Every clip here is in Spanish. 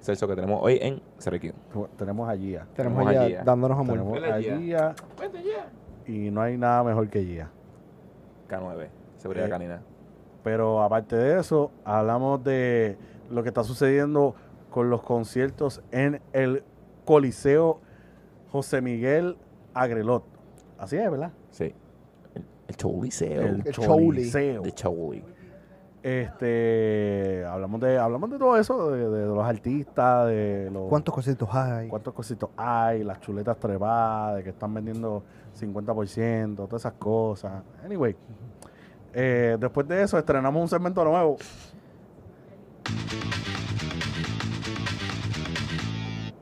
es el show que tenemos hoy en Cerriquín. Tenemos a Gia. Tenemos Tenemos a allá Gia. dándonos amor. Tenemos Hola, a Gia. Gia y no hay nada mejor que Gia. K9, Seguridad Eh, Canina. Pero aparte de eso, hablamos de lo que está sucediendo con los conciertos en el Coliseo José Miguel Agrelot. Así es, ¿verdad? Sí. El, el Choliseo. El, El Choli. Choliseo. de Choli. Este, hablamos de, hablamos de todo eso, de, de los artistas, de los ¿Cuántos cositos hay? cuántos cositos hay, las chuletas trepadas, de que están vendiendo 50%, todas esas cosas. Anyway, eh, después de eso estrenamos un segmento nuevo.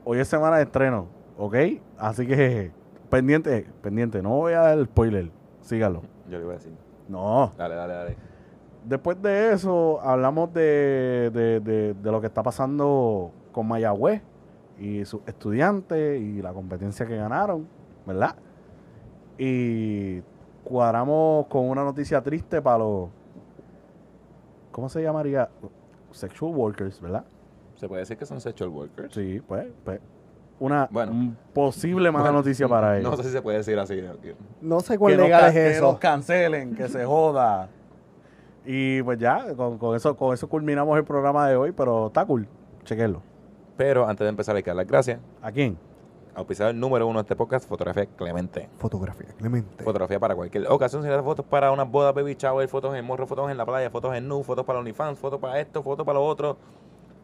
Hoy es semana de estreno, ¿ok? Así que pendiente, pendiente, no voy a dar spoiler, sígalo. Yo le iba a decir. No, Dale, dale, dale. Después de eso, hablamos de, de- de- de lo que está pasando con Mayagüez y sus estudiantes y la competencia que ganaron, ¿verdad? Y cuadramos con una noticia triste para los. ¿Cómo se llamaría? Sexual workers, ¿verdad? ¿Se puede decir que son sexual workers? Sí, pues. pues una Bueno. mm, posible mala Bueno, noticia para ellos. No sé si se puede decir así. ¿no? No sé que cuál nos legal ca- es Que nos eso. cancelen, que se joda. Y pues ya, con, con eso, con eso culminamos el programa de hoy, pero está cool. Chequenlo. Pero antes de empezar, hay que dar las gracias. ¿A quién? Auspiciador número uno de este podcast, Fotografía Clemente. Fotografía, Clemente. Fotografía para cualquier ocasión, si necesitas fotos para una boda, baby shower, fotos en morro, fotos en la playa, fotos en nu, fotos para OnlyFans, fotos para esto, fotos para lo otro.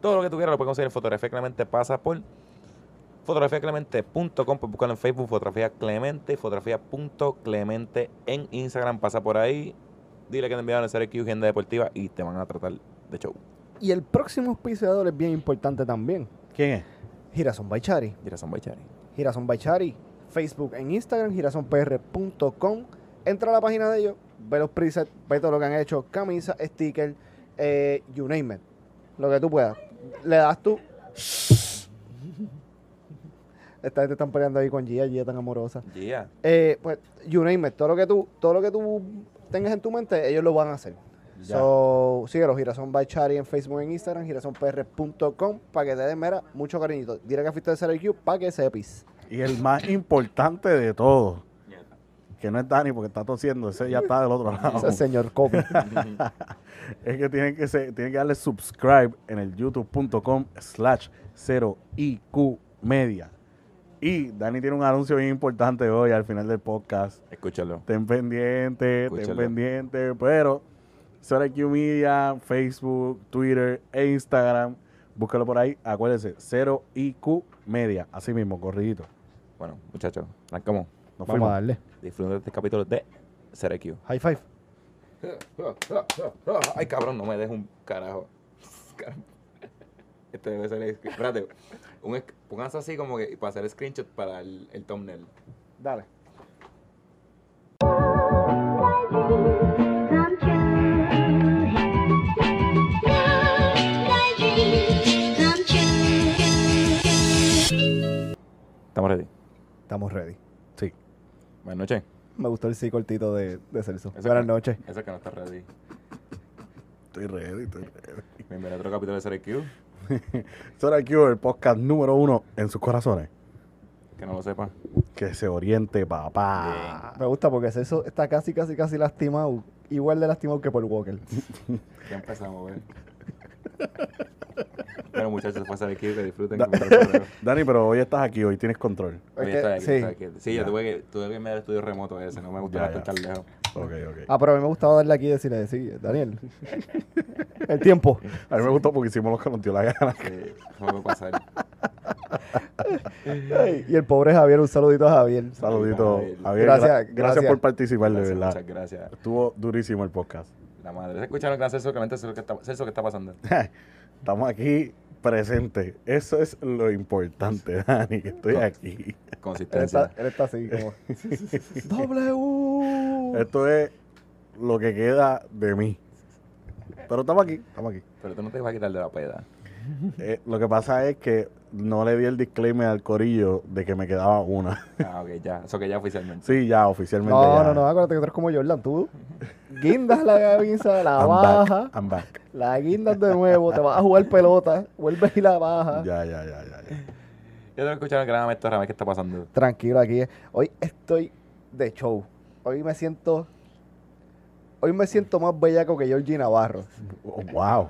Todo lo que tú quieras lo puedes conseguir en Fotografía Clemente. Pasa por fotografiaclemente.com, puedes buscarlo en Facebook, Fotografía Clemente, fotografía.clemente en Instagram. Pasa por ahí, dile que te enviaron a hacer aquí agenda deportiva y te van a tratar de show. Y el próximo auspiciador es bien importante también. ¿Quién es? Girasón Baichari. Girasón Baichari. Girasón Baichari. Facebook en Instagram, girasonpr.com. Entra a la página de ellos, ve los presets, ve todo lo que han hecho, camisa, sticker, eh, you name it. Lo que tú puedas. Le das tú. Esta gente están peleando ahí con Gia, Gia tan amorosa. Yeah. Eh, pues, you name it, todo lo que tú, todo lo que tú tengas en tu mente, ellos lo van a hacer. Ya. So, síguelos, Girasón by Chari en Facebook en Instagram, girasonpr.com, para que te den, mira, mucho cariñito. Dile que fuiste de CRQ para que sepis. Y el más importante de todo, que no es Dani porque está tosiendo, ese ya está del otro lado. Ese señor Kobe. Es que tienen que, se- tienen que darle subscribe en el youtube.com slash 0IQ media. Y Dani tiene un anuncio bien importante hoy al final del podcast. Escúchalo. Ten pendiente, ten Escúchalo. pendiente, pero Sora Q Media, Facebook, Twitter e Instagram, búscalo por ahí, acuérdense, 0IQ Media, así mismo, corridito. Bueno, muchachos, arrancamos. Nos Vamos a fuimos. darle. Disfruta de este capítulo de CRQ. High five. Ay, cabrón, no me dejes un carajo. Car- Este debe ser. el- Espérate. Un, esc- pónganse así como que para hacer screenshot para el, el thumbnail. Dale. Come true. My dreams come true. Estamos ready. Estamos ready. Sí. Buenas noches. Me gustó el sí cortito de, de Celso. Ese Buenas que- noches. Ese que no está ready. Estoy ready, estoy ready. Bienvenido a otro capítulo de CRQ. Sora Q, el podcast número uno en sus corazones. Que no lo sepa. Que se oriente, papá. Me gusta porque Celso está casi, casi, casi lastimado. Igual de lastimado que Paul Walker. Ya empezamos, güey. Bueno, muchachos, fue CRQ. Que disfruten. que me recorreo. Dani, pero hoy estás aquí, hoy tienes control. Oye, Porque- está aquí, sí. está aquí. Sí, yo Ya. tuve que, tuve que irme al estudio remoto ese. No me gustaba Ya, estar tan ya. lejos. Ok, ok. Ah, pero a mí me gustaba darle aquí y decirle, sí, Daniel. el tiempo. A mí me gustó porque hicimos lo que nos dio la gana. Sí, fue pasar. Ay, y el pobre Javier, un saludito a Javier. Saludito. Javier. Javier, Gracias, gra- gracias, gracias. por participar, de Gracias, verdad. muchas gracias. Estuvo durísimo el podcast. La madre. ¿Se escucharon que hace eso? Clemente, eso es lo que está, eso es lo que está pasando. Estamos aquí presentes. Eso es lo importante, Dani, que estoy aquí. Él está, Consistencia. él está así como. W. Esto es lo que queda de mí. Pero estamos aquí, estamos aquí. Pero tú no te vas a quitar de la peda. Eh, lo que pasa es que no le di el disclaimer al corillo de que me quedaba una. Ah, ok, ya. Eso que ya oficialmente. Sí, ya, oficialmente. No, ya. no, no, acuérdate que tú eres como Jordan, tú guindas la camisa, la I'm baja, back, I'm back. la guindas de nuevo, te vas a jugar pelota, vuelves y la baja. Ya, ya, ya, ya. ya. Ya te lo escucharon que nada más esto Ramés, ¿qué está pasando? Tranquilo aquí. eh. Hoy estoy de show. Hoy me siento. Hoy me siento más bellaco que Georgie Navarro. Oh, wow.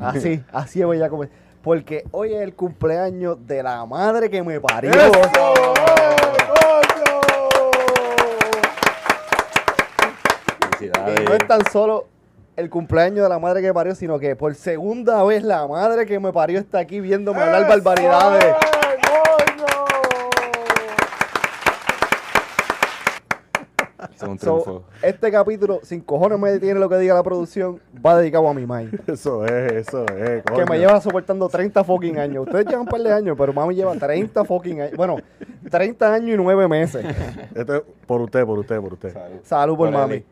Así, así es bellaco. Porque hoy es el cumpleaños de la madre que me parió. Que no Felicidades. es tan solo el cumpleaños de la madre que me parió, sino que por segunda vez la madre que me parió está aquí viéndome hablar barbaridades. Eso es un So, triunfo. este capítulo, sin cojones me detiene lo que diga la producción, va dedicado a mi mãe. Eso es, eso es. Que coño. me lleva soportando 30 fucking años. Ustedes llevan un par de años, pero mami lleva 30 fucking años. Bueno, 30 años y 9 meses. Esto es por usted, por usted, por usted. Salud. Salud por mami. Eli.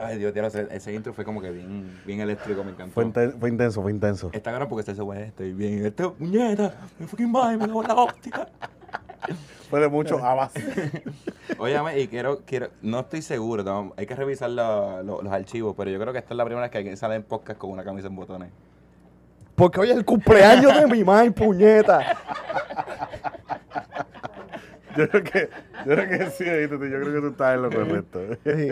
Ay, Dios, diablo, ese, ese intro fue como que bien, bien eléctrico, me encantó. Fue, Eh, inten- fue intenso, fue intenso. Está cabrón porque se hace bueno, estoy bien. Este, puñeta, me fucking mind, me cago en la hostia. Fue de mucho abas. Óyame, y quiero, quiero, no estoy seguro, no, hay que revisar la- lo- los archivos, pero yo creo que esta es la primera vez que alguien sale en podcast con una camisa en botones. Porque hoy es el cumpleaños de mi mãe, puñeta. Yo creo que, yo creo que sí, oíste, yo creo que tú estás en lo correcto. Sí.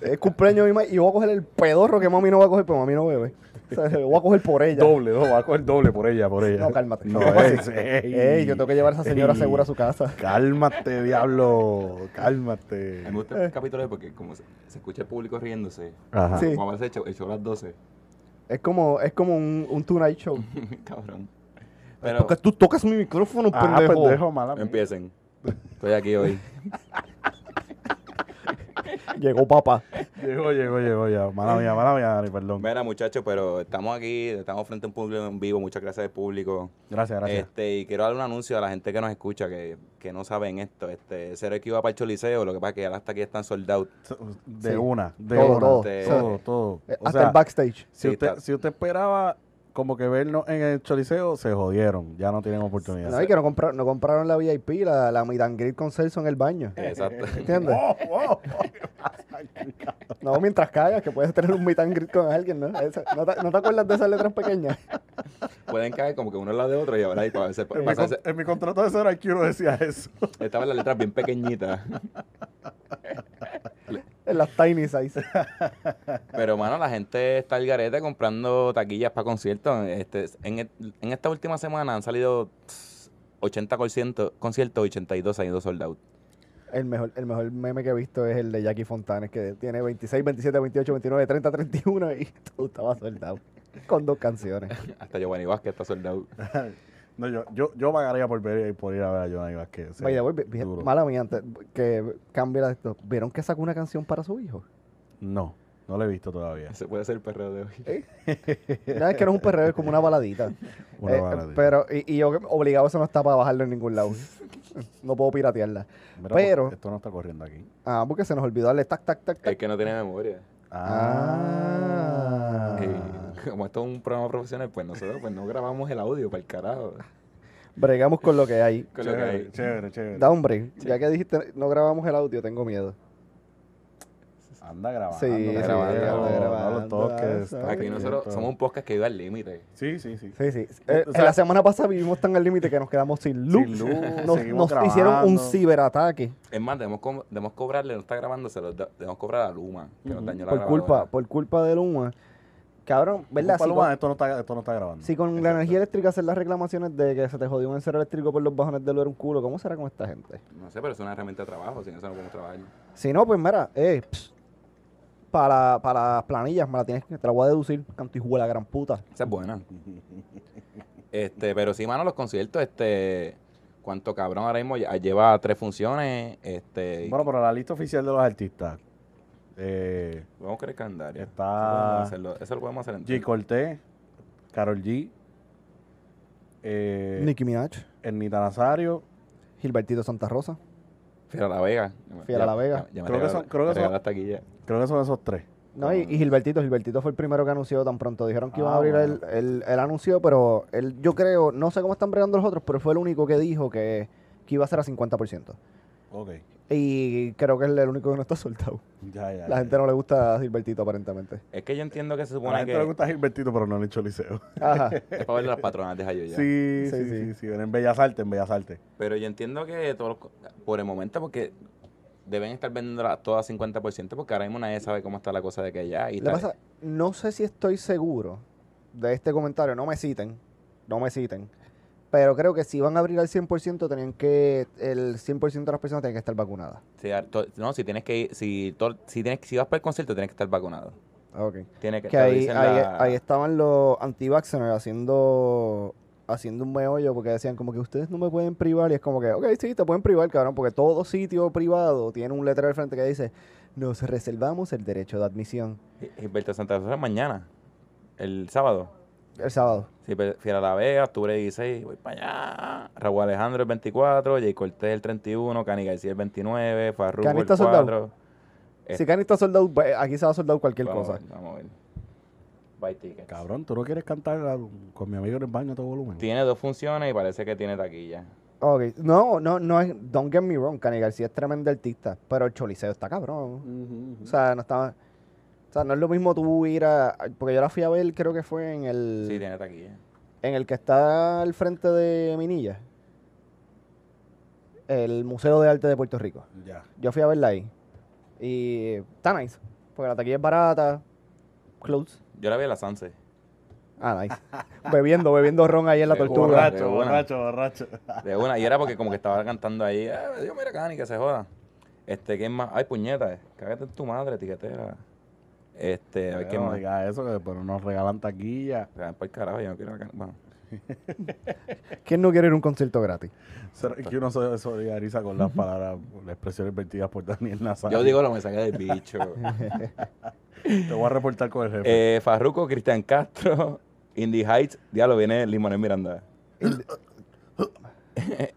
Es cumpleaños de mi mãe y voy a coger el pedorro que mami no va a coger, pero mami no bebe. O sea, lo voy a coger por ella. Doble, no, va a coger doble por ella, por ella. No, cálmate. No, ¿Cómo así? es- ey. Ey, yo tengo que llevar a esa señora Ey. segura a su casa. Cálmate, diablo, A mí me cálmate. gusta el capítulo de porque como se, se escucha el público riéndose, Ajá. Sí. como aparece el show, el show a las 12, Es como, es como un, un tonight show. cabrón. Pero Porque tú tocas mi micrófono, Ah, pendejo. pendejo, mala. empiecen, estoy aquí hoy. Llegó papá. Llegó, llegó, llegó ya. Mala mía, mala mía, Dani, perdón. Mira, muchachos, pero estamos aquí, estamos frente a un público en vivo. Muchas gracias al público. Gracias, gracias. Este, y quiero dar un anuncio a la gente que nos escucha, que, que no saben esto. Este, cero que iba para el Choliseo, lo que pasa es que ya hasta aquí están sold out. De Sí. una, de Todo, una. todo. todo, todo. Eh, O Hasta sea, el backstage. Sí, si, usted, está- si usted esperaba como que vernos en el Choliseo, se jodieron. Ya no tienen oportunidad. No, y que no, compra- no compraron la VIP, la, la meet and greet con Celso en el baño. Exacto. ¿Entiendes? Oh, oh. No, mientras cagas, que puedes tener un meet and greet con alguien, ¿no? Esa- ¿no, te, no te acuerdas de esas letras pequeñas? Pueden caer como que uno al lado de otro y ahora ahí para hacer- En, mi, pasarse- con- en mi contrato de cero IQ no decía eso. Estaban las letras bien pequeñitas. En las tiny size. Pero, mano, la gente está al garete comprando taquillas para conciertos. Este, en, el- en esta última semana han salido tss, 80 conciertos, conciertos 82 han ido sold out. El mejor, el mejor meme que he visto es el de Jackie Fontanes, que tiene 26, 27, 28, 29, 30, 31 y todo estaba soldado. Con dos canciones. Hasta Giovanni Vázquez está sold out. No, yo, yo, yo pagaría por, ver, por ir a ver a Johnny Vázquez. sí. By the way, vi- vi- Duro. mala mía, antes que cambie la de esto. ¿Vieron que sacó una canción para su hijo? No, no lo he visto Eh, todavía. Ese puede ser el perreo de hoy. No, es que no es un perreo, es como una baladita. Una Eh, baladita. Pero, y, y yo obligado, eso no está para bajarlo en ningún lado. No puedo piratearla. Mira, pero- Esto no está corriendo aquí. Ah, porque se nos olvidó darle tac, tac, tac, tac. Es que no tiene memoria. Ah. Eh, como esto es un programa profesional, pues nosotros pues no grabamos el audio para el carajo. Bregamos con lo que hay. Con lo que hay. chévere, chévere. Da un break. Ya que dijiste, no grabamos el audio, tengo miedo. Anda grabando. Sí, anda sí, grabando. anda No grabando, lo toques. ¿sabes? Aquí nosotros somos un podcast que vive al límite. Sí, sí, sí. Sí, sí. Eh, Eh, o en sea- la semana pasada vivimos tan al límite que nos quedamos sin luz. Sin luz, Nos, seguimos nos hicieron un grabando. ciberataque Es más, debemos, co- debemos cobrarle, no está grabándose, lo- debemos cobrar a Luma, que nos Ujú. dañó la por culpa, grabadora. por culpa de Luma. Cabrón, ¿verdad? Ocupa Si lo con- más, esto, no está, esto no está grabando. Si con la energía eléctrica hacen las reclamaciones de que se te jodió un encero eléctrico por los bajones de luz era un culo, ¿cómo será con esta gente? No sé, pero es una herramienta de trabajo, sin eso no podemos trabajar. Si no, pues mira, eh, ps, para, para las planillas me la tienes que, te la voy a deducir, canto hijo de la gran puta. Esa es buena. Este, pero sí, mano, los conciertos, este, cuánto cabrón ahora mismo ya- lleva tres funciones, este, y- Bueno, pero la lista oficial de los artistas. Eh, vamos a creer calendario. Está- Eso, podemos hacerlo- eso lo podemos hacer en G. Cortés, Carol G, eh, Nicki Minaj, Ernita Nazario. Gilbertito Santa Rosa. Fiera La Vega. Fiera La Vega. Ya, ya me Creo que regal- son- creo que me son- regalaste aquí ya. Creo que son esos tres. No, y, y Gilbertito, Gilbertito fue el primero que anunció tan pronto. Dijeron que iban a abrir el, el- el anuncio, pero él, yo creo, no sé cómo están bregando los otros, pero fue el único que dijo que, que iba a ser a 50%. Ok. Y creo que es el único que no está soltado. Ya, ya. La gente no le gusta a Gilbertito, aparentemente. Es que yo entiendo que se A la supone gente que le gusta Gilbertito, pero no le he hecho liceo. Ajá. es para ver las patronas de Jayo ya. Sí, sí, sí, Sí, sí, sí. En Bellas Artes, en Bellas Artes. Pero yo entiendo que todos los co- por el momento, porque deben estar vendiendo la- todas 50%, porque ahora mismo nadie sabe cómo está la cosa de que allá. Y Lo que tal. pasa, no sé si estoy seguro de este comentario, no me citen, no me citen, pero creo que si van a abrir al 100%, tenían que, el 100% de las personas tenían que estar vacunadas. Si a- to- no, si tienes que ir, si, to- si, tienes, si vas para el concierto, tienes que estar vacunado. Ah, Ok. Tiene que, Que te lo ahí, dicen ahí- la- ahí estaban los anti haciendo haciendo un meollo porque decían como que ustedes no me pueden privar y es como que, ok, sí, te pueden privar, cabrón, porque todo sitio privado tiene un letrero al frente que dice, nos reservamos el derecho de admisión Gilberto Santa Rosa mañana, el sábado. el sábado. Sí, pe- Fiera La Vega, octubre 16, voy para allá. Raúl Alejandro el 24, Jay Cortés el 31, Cani García el 29, Farruko Cani el está soldado. 4. Eh. Si Cani está soldado, pues, aquí se va a soldar cualquier Vamos a cosa. ver, vamos a ver. Buy tickets. Cabrón, ¿tú no quieres cantar a- con mi amigo en el baño a todo volumen? Tiene dos funciones y parece que tiene taquilla. Ok, no, no, no es, don't get me wrong, Cani García es tremendo artista, pero el Choliseo está cabrón. O sea, no está, o sea, no es lo mismo tú ir a, porque yo la fui a ver, creo que fue en el, Sí, tiene taquilla. en el que está al frente de Minilla, el Museo de Arte de Puerto Rico. Ya. Yo fui a verla ahí y está nice, porque la taquilla es barata, close, Yo la vi en la Sanse. ah, nice, bebiendo, bebiendo ron ahí en la Seguro. tortuga. de Borracho, una. borracho, borracho. De una, y era porque como que estaba cantando ahí. "Ah, Dios, mira, Cani, que se joda. Este, ¿quién más? Ay, puñeta, eh, cágate en tu madre, etiquetera. Este, a ver quién no más. diga eso, que después nos regalan taquilla. Se van por el carajo, yo no quiero a Cani. Bueno. ¿Quién no quiere ir a un concierto gratis? Será que uno se solidariza con las palabras, las expresiones vertidas por Daniel Nazar. Yo digo lo que me saqué del bicho. Te voy a reportar con el jefe. eh, Farruko, Cristian Castro, Indie Heights, diablo, viene Limonel Miranda. ah, tú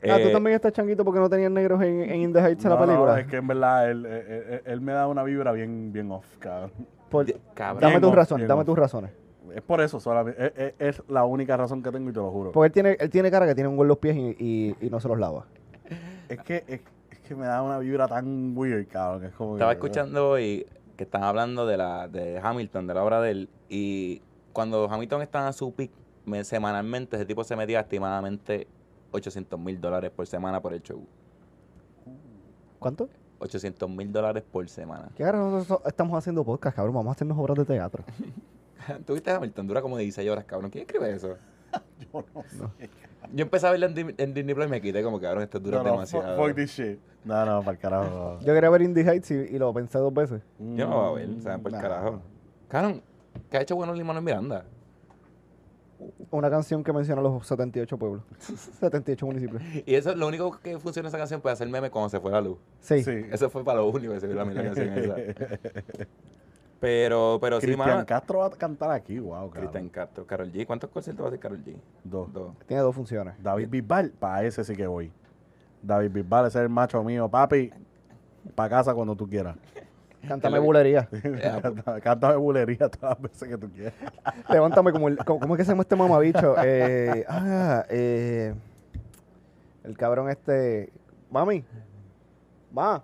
Eh, también estás changuito porque no tenían negros en, en In the Heights en No, la no, película. es que en verdad él, él- él- él me da una vibra bien, bien off, cabrón. Por- de- cabrón. dame Bien tus off, razones, bien dame off. tus razones. Es por eso solamente. Es, es- es la única razón que tengo y te lo juro. Porque él tiene, él tiene cara que tiene un gol en los pies y, y- y no se los lava. Es que, es, es que me da una vibra tan weird, cabrón. que es como que- Estaba escuchando hoy que estaban hablando de la de Hamilton, de la obra de él, y cuando Hamilton estaba en su pick, me- semanalmente ese tipo se metía estimadamente 800 mil dólares por semana por el show. ¿Cuánto? 800 mil dólares por semana. ¿Qué ahora nosotros estamos haciendo podcast, cabrón? Vamos a hacernos obras de teatro. Tuviste Hamilton, dura como 16 horas, cabrón. ¿Quién escribe eso? Yo no sé. Yo empecé a verla en, Di- en Disney Plus y me quité como cabrón, esto dura No, no, fuck, demasiado. fuck this shit. No, no, para el carajo. Yo quería ver Indie Heights y, y lo pensé dos veces. Yo no lo voy a ver, o sea, por Mm, Nah. carajo. Cabrón, ¿qué ha hecho bueno Limón Miranda? Una canción que menciona los 78 pueblos. 78 municipios. Y eso, lo único que funciona esa canción para hacer meme cuando se fue la luz. Sí. Sí. Eso fue para lo único que se vio la misma canción esa. Pero, pero sí, Cristian mano. Castro va a cantar aquí, wow, cabrón. Oh. Cristian Castro, Carol G. ¿Cuántos conciertos va a hacer Carol G? Dos. Dos. Tiene dos funciones. David Bisbal, para ese sí que voy. David Bisbal, ese es el macho mío, papi. Para casa cuando tú quieras. Cántame Él- bulería. pues. Cántame bulería todas las veces que tú quieras. Levántame como el. como- ¿Cómo es que se llama este mamabicho? Eh, ah, eh, el cabrón este. Mami. Ma.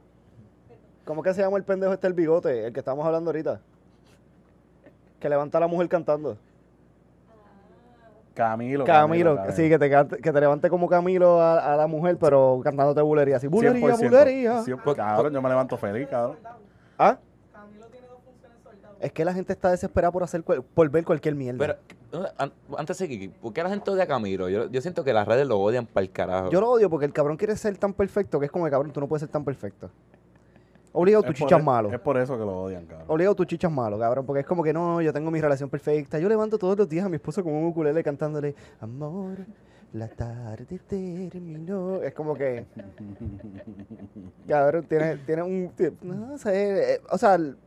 ¿Cómo que se llama el pendejo este el bigote? El que estamos hablando ahorita. Que levanta a la mujer cantando. Camilo. Camilo, sí, que te, cante- que te levante como Camilo a, a la mujer, pero cantándote bulería. Así, bulería, 100%, bulería. Pues, 100%, Cabrón, yo me levanto feliz, cabrón. ¿Ah? Es que la gente está desesperada por hacer cual- por ver cualquier mierda. Pero, eh, an- antes de seguir, ¿por qué la gente odia a Camilo? Yo, yo siento que las redes lo odian para el carajo. Yo lo odio porque el cabrón quiere ser tan perfecto que es como el cabrón, tú no puedes ser tan perfecto. Obligado tú Es por chichas e- malo. Es por eso que lo odian, cabrón. Obligado tú chichas malo, cabrón, porque es como que no, yo tengo mi relación perfecta. Yo levanto todos los días a mi esposo con un ukulele cantándole, amor, la tarde terminó. Es como que. Cabrón, tiene, tiene un. ti- No sé. eh, o sea, el-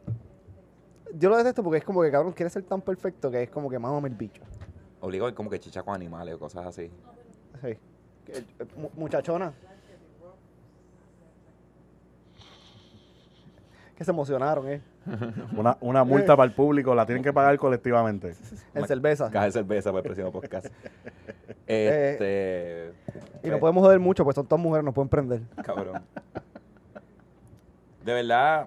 yo lo detesto porque es como que, cabrón, quiere ser tan perfecto que es como que mámame el bicho. Obligó a como que chicha con animales o cosas así. Sí. Que- eh, mu- Muchachona. que se emocionaron, ¿eh? Una, una multa para el público la tienen que pagar colectivamente. Ma- En Ah. cerveza. Caja de cerveza para el próximo podcast. Este. Eh. Y pues, no podemos joder mucho, pues son todas mujeres, no pueden prender. Cabrón. De verdad.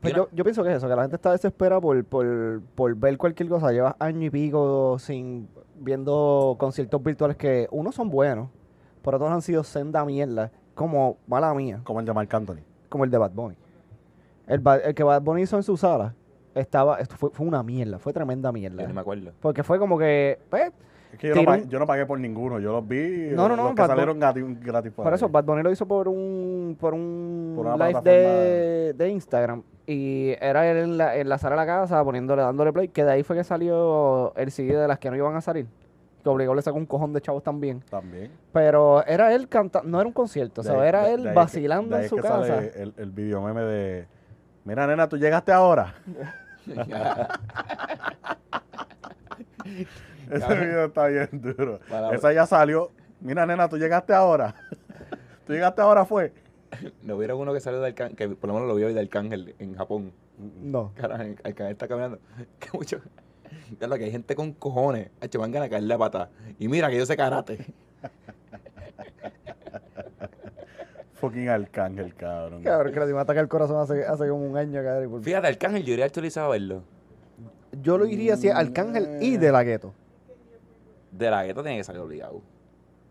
Pero yo Pues yo, yo pienso que es eso, que la gente está desesperada por, por, por ver cualquier cosa. Llevas año y pico sin viendo conciertos virtuales que unos son buenos, pero otros han sido senda mierda, como mala mía, Como el de Marc Anthony. como el de Bad Bunny. El, Ba- el que Bad Bunny hizo en su sala estaba, esto fue, fue una mierda, fue tremenda no- yo no me mierda. acuerdo. Porque fue como que, pues, Es que yo no, Tiene pa- un- yo no pagué por ninguno. Yo los vi. No, no, los no, que Bad salieron gratis, gratis Por para eso, ellos. Bad Bunny lo hizo por un, Pues, por un Por una live de, de Instagram. Y era él en la, en la sala de la casa poniéndole, dándole play, que de ahí fue que salió el CD de las que no iban a salir. Que obligó le sacó un cojón de chavos también. También. Pero era él cantando, no era un concierto, o De sea, ahí- era de- de él ahí es que- vacilando de ahí en es su que casa. sale el, el video meme de. Mira, nena, tú llegaste ahora. Ese video está bien duro. Para- Esa ya salió. Mira, nena, tú llegaste ahora. tú llegaste ahora, fue. ¿No vieron uno que salió del can, que por lo menos lo vio hoy del cángel en Japón? No. Cara, el cángel está caminando. Que mucho. Ya lo que hay gente con cojones. Hacho, van a caer la pata. Y mira que yo sé karate. Fucking arcángel, cabrón. Cabrón, que le dio un ataque al corazón hace, hace como un año, cabrón. y por- Pues Fíjate, al cángel yo iría actualizado a verlo. Yo lo iría hacia Arcángel y De La Gueto. De la gueta tiene que salir obligado.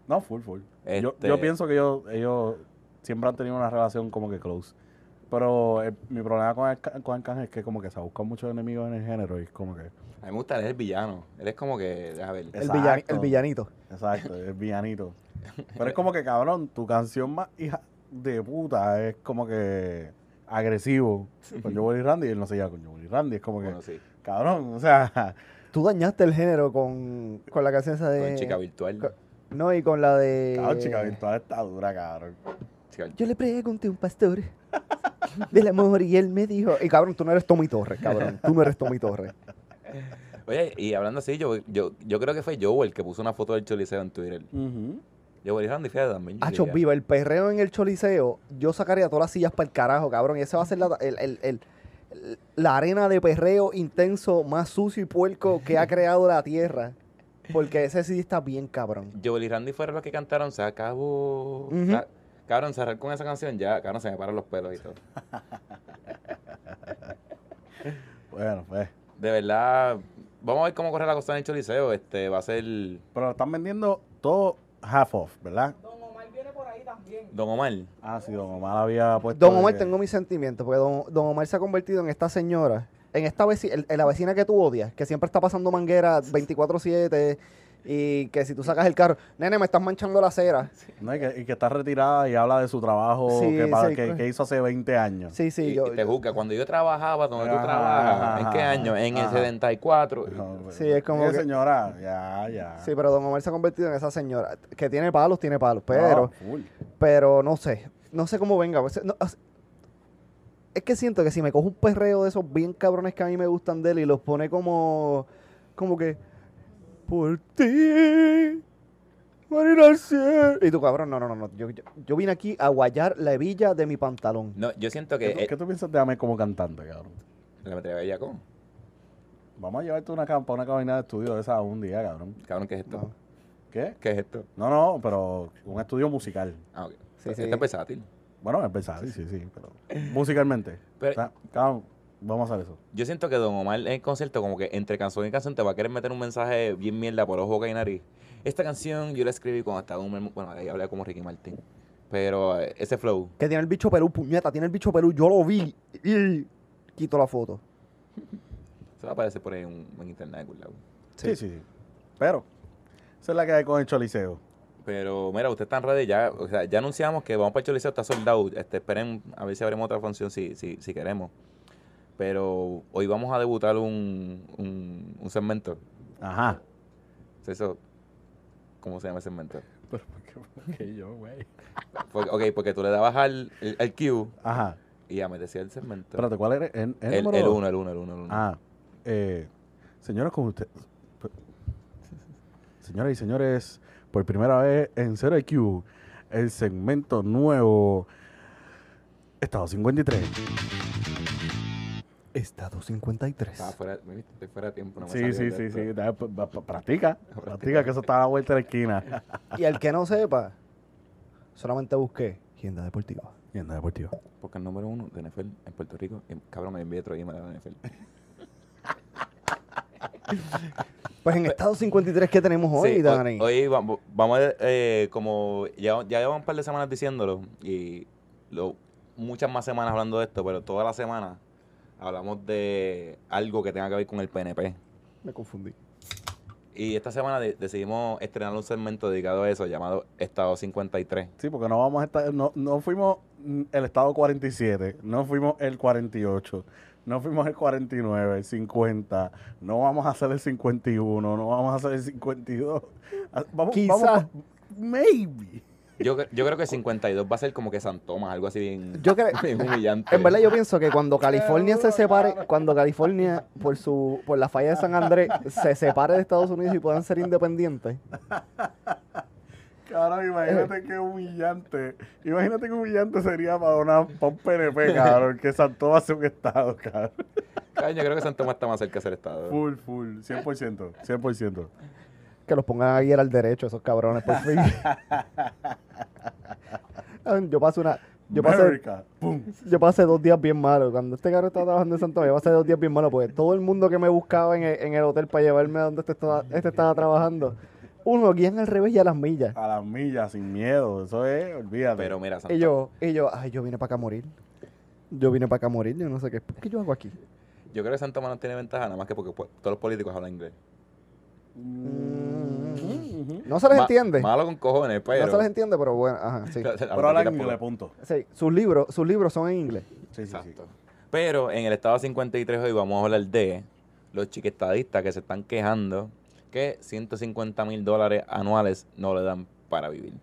No, full, full. Yo, Este- yo pienso que ellos, ellos siempre han tenido una relación como que close. Pero eh, mi problema con, Arca- con Arcángel es que como que se ha buscado muchos enemigos en el género y es como que... A mí me gusta, él es el villano. Él es como que, déjame ver. El, villani- el Exacto. villanito. Exacto, es villanito. Pero es como que, cabrón, tu canción más hija de puta es como que agresivo con Joel y Randy y él no se lleva con Joel y Randy. Es como que, Bueno, sí. cabrón, o sea... Tú dañaste el género con, con la canción esa de... Con chica virtual. co- No, y con la de... Cabrón, chica virtual está dura, cabrón. Chica virtual. Yo le pregunté a un pastor del amor y él me dijo, y cabrón, tú no eres Tommy Torres, cabrón, tú no eres Tommy Torres. Oye, y hablando así, yo, yo, yo creo que fue Joel que puso una foto del Choliseo en Twitter. Joel y Randy, fíjate también. yo Hacho, diría. viva, el perreo en el choliseo, yo sacaría todas las sillas para el carajo, cabrón, y ese va a ser la, el- el- el- el- la arena de perreo intenso más sucio y puerco que ha creado la tierra, porque ese sí está bien, cabrón. Joel y Randy fueron los que cantaron Se acabó. Ujú. Ca- Cabrón, cerrar con esa canción ya, cabrón, se me paran los pelos y todo. Bueno, pues... De verdad, vamos a ver cómo corre la cosa en el Choliseo. Este, va a ser Pero lo están vendiendo todo half off, ¿verdad? Don Omar viene por ahí también. Don Omar. Ah, sí, Don Omar había Pues puesto. Don Omar, que- tengo mis sentimientos, porque don, don Omar se ha convertido en esta señora, en esta veci- en- en la vecina que tú odias, que siempre está pasando manguera 24-7 y que si tú sacas el carro, nene, me estás manchando la acera. No, y, que, y que está retirada y habla de su trabajo Sí, que, pa- sí, que- co- que hizo hace 20 años. Sí, sí, y, yo. y te juzga. Cuando yo trabajaba, donde tú Ajá, trabajas, ¿en qué ajá, año? En el ajá. 74. No, pues, Sí, es como eh, que- señora, ya, ya. Sí, pero Don Omar se ha convertido en esa señora que tiene palos, tiene palos, No, pero, full. pero no sé, no sé cómo venga. pues, no, as- es que siento que si me cojo un perreo de esos bien cabrones que a mí me gustan de él y los pone como, como que, por ti, para ir al cielo". Y tú, cabrón, no, no, no, no. Yo, yo, yo vine aquí a guayar la hebilla de mi pantalón. No, yo siento que. ¿Qué, tú, eh, qué tú piensas de Amé como cantante, cabrón? la metería bellaco. Vamos a llevarte una campa, una cabina de estudio de esa un día, cabrón. Cabrón, ¿qué es esto? No. ¿Qué? ¿Qué es esto? No, no, pero un estudio musical. Ah, ok. Sí, Esto sí. es versátil. Bueno, empezar, sí, sí, sí, pero musicalmente. Pero- Ah. O sea, cabrón, vamos a hacer eso. Yo siento que Don Omar en el concierto, como que entre canción y canción, te va a querer meter un mensaje bien mierda por ojo, boca y nariz. Esta canción yo la escribí cuando estaba un. memo- Bueno, ahí hablé como Ricky Martín. Pero eh, ese flow. Que tiene el bicho Perú, puñeta, tiene el bicho Perú, yo lo vi. Y quito la foto. Se va a aparecer por ahí en, en internet de algún lado. Sí, sí, sí. Pero, esa es la que hay con el Choliseo. Pero mira, ustedes están ready ya. O sea, ya anunciamos que vamos para el Choliseo, está soldado. Este, esperen a ver si abrimos otra función si, si, si queremos. Pero hoy vamos a debutar un, un, un segmento. Ajá. Eso, ¿Cómo se llama el segmento? Pero ¿por qué, por qué yo, güey? Porque- ok, porque tú le dabas al, el- al cue Ajá. y ya me decía el segmento. Espérate, ¿cuál era? ¿El, el El, número el dos? uno, el uno, el uno, el uno. Ah, eh, señoras con usted. pe- Señoras y señores, por primera vez en Zero IQ, el segmento nuevo, Estado 53. Estado 53. Estaba fuera, mira, estoy fuera de tiempo. No me sí, salió sí, de sí, esto. sí. Da- pa- pa- pa- Practica, practica que eso está a la vuelta de la esquina. Y al que no sepa, solamente busqué Gienda Deportiva. Y anda deportiva. Porque el número uno de NFL en Puerto Rico, y, cabrón, me envié otro email de la NFL. Pues en Estado 53, ¿qué tenemos hoy, Sí, Dani? hoy vamos, vamos a- eh, como ya, ya llevamos un par de semanas diciéndolo y lo- muchas más semanas hablando de esto, pero toda la semana hablamos de algo que tenga que ver con el PNP. Me confundí. Y esta semana de- decidimos estrenar un segmento dedicado a eso llamado Estado 53. Sí, porque no vamos a estar, no, no fuimos mm, el estado 47, no fuimos el 48, no fuimos el 49, el 50, no vamos a hacer el 51, no vamos a hacer el 52. Ah, Vamos, Quizá. vamos- maybe. Yo, cre- yo creo que 52 va a ser como que San Tomás, algo así bien, Yo creo- bien humillante. En verdad yo pienso que cuando California se duro, separe, claro. cuando California por su por la falla de San Andrés se separe de Estados Unidos y puedan ser independientes. Cabrón, imagínate qué humillante. Imagínate qué humillante sería para, una, para un PNP, cabrón, que saltó hace un estado, cabrón. Cabrón, yo creo que San Tomás está más cerca de ser Estado. Full, full, 100%, 100%. Que los pongan a guiar al derecho esos cabrones por fin. Ay, yo pasé una yo pasé, America, pum. yo pasé dos días bien malos. Cuando este cabrón estaba trabajando en Santo Domingo, yo pasé dos días bien malos porque todo el mundo que me buscaba en el, en el hotel para llevarme a donde este estaba, este estaba trabajando, uno guían al revés y a las millas. A las millas, sin miedo, eso es, olvídate. Pero mira, San Y yo, y yo, ay, yo vine para acá a morir. Yo vine para acá a morir, yo no sé qué. ¿Qué yo hago aquí? Yo creo que Santa Tomás no tiene ventaja nada más que porque pues, todos los políticos hablan inglés. Mm. No se les Ma- entiende. Malo con cojones, pero. No se les entiende, pero bueno, ajá, sí. La- la Pero hablan política inglés, pública. punto. Sí, sus libros, sus libros son en inglés. Sí, sí, sí. Exacto. Pero en el estado 53 hoy vamos a hablar de los chiquetadistas que se están quejando que 150 mil dólares anuales no le dan para vivir.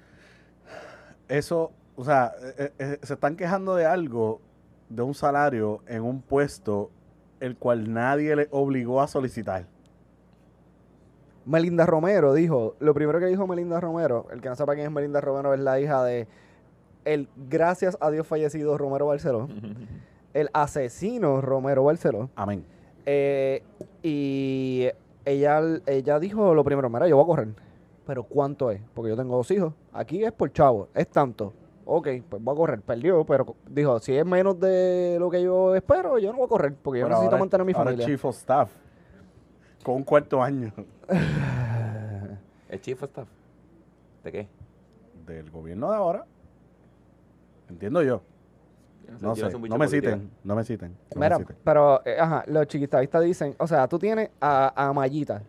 Eso, o sea, eh, eh, se están quejando de algo, de un salario en un puesto el cual nadie le obligó a solicitar. Melinda Romero dijo, lo primero que dijo Melinda Romero, el que no sepa quién es Melinda Romero es la hija de el gracias a Dios fallecido Romero Barceló, el asesino Romero Barceló. Amén. Eh, y ella, ella dijo lo primero, mira, yo voy a correr. Pero ¿cuánto es? Porque yo tengo dos hijos. Aquí es por chavo, es tanto. Ok, pues voy a correr. Perdió, pero co- dijo, si es menos de lo que yo espero, yo no voy a correr, porque yo Pero necesito ahora- mantener a mi ahora es familia. chief of staff. Con un cuarto año ¿El chief of staff? ¿De qué? del gobierno de ahora. Entiendo yo. Yo No yo sé. soy un bicho No me de política. citen. No me citen. No me Mira, citen. pero, eh, ajá, los chiquistavistas dicen, o sea, tú tienes a, a Mayita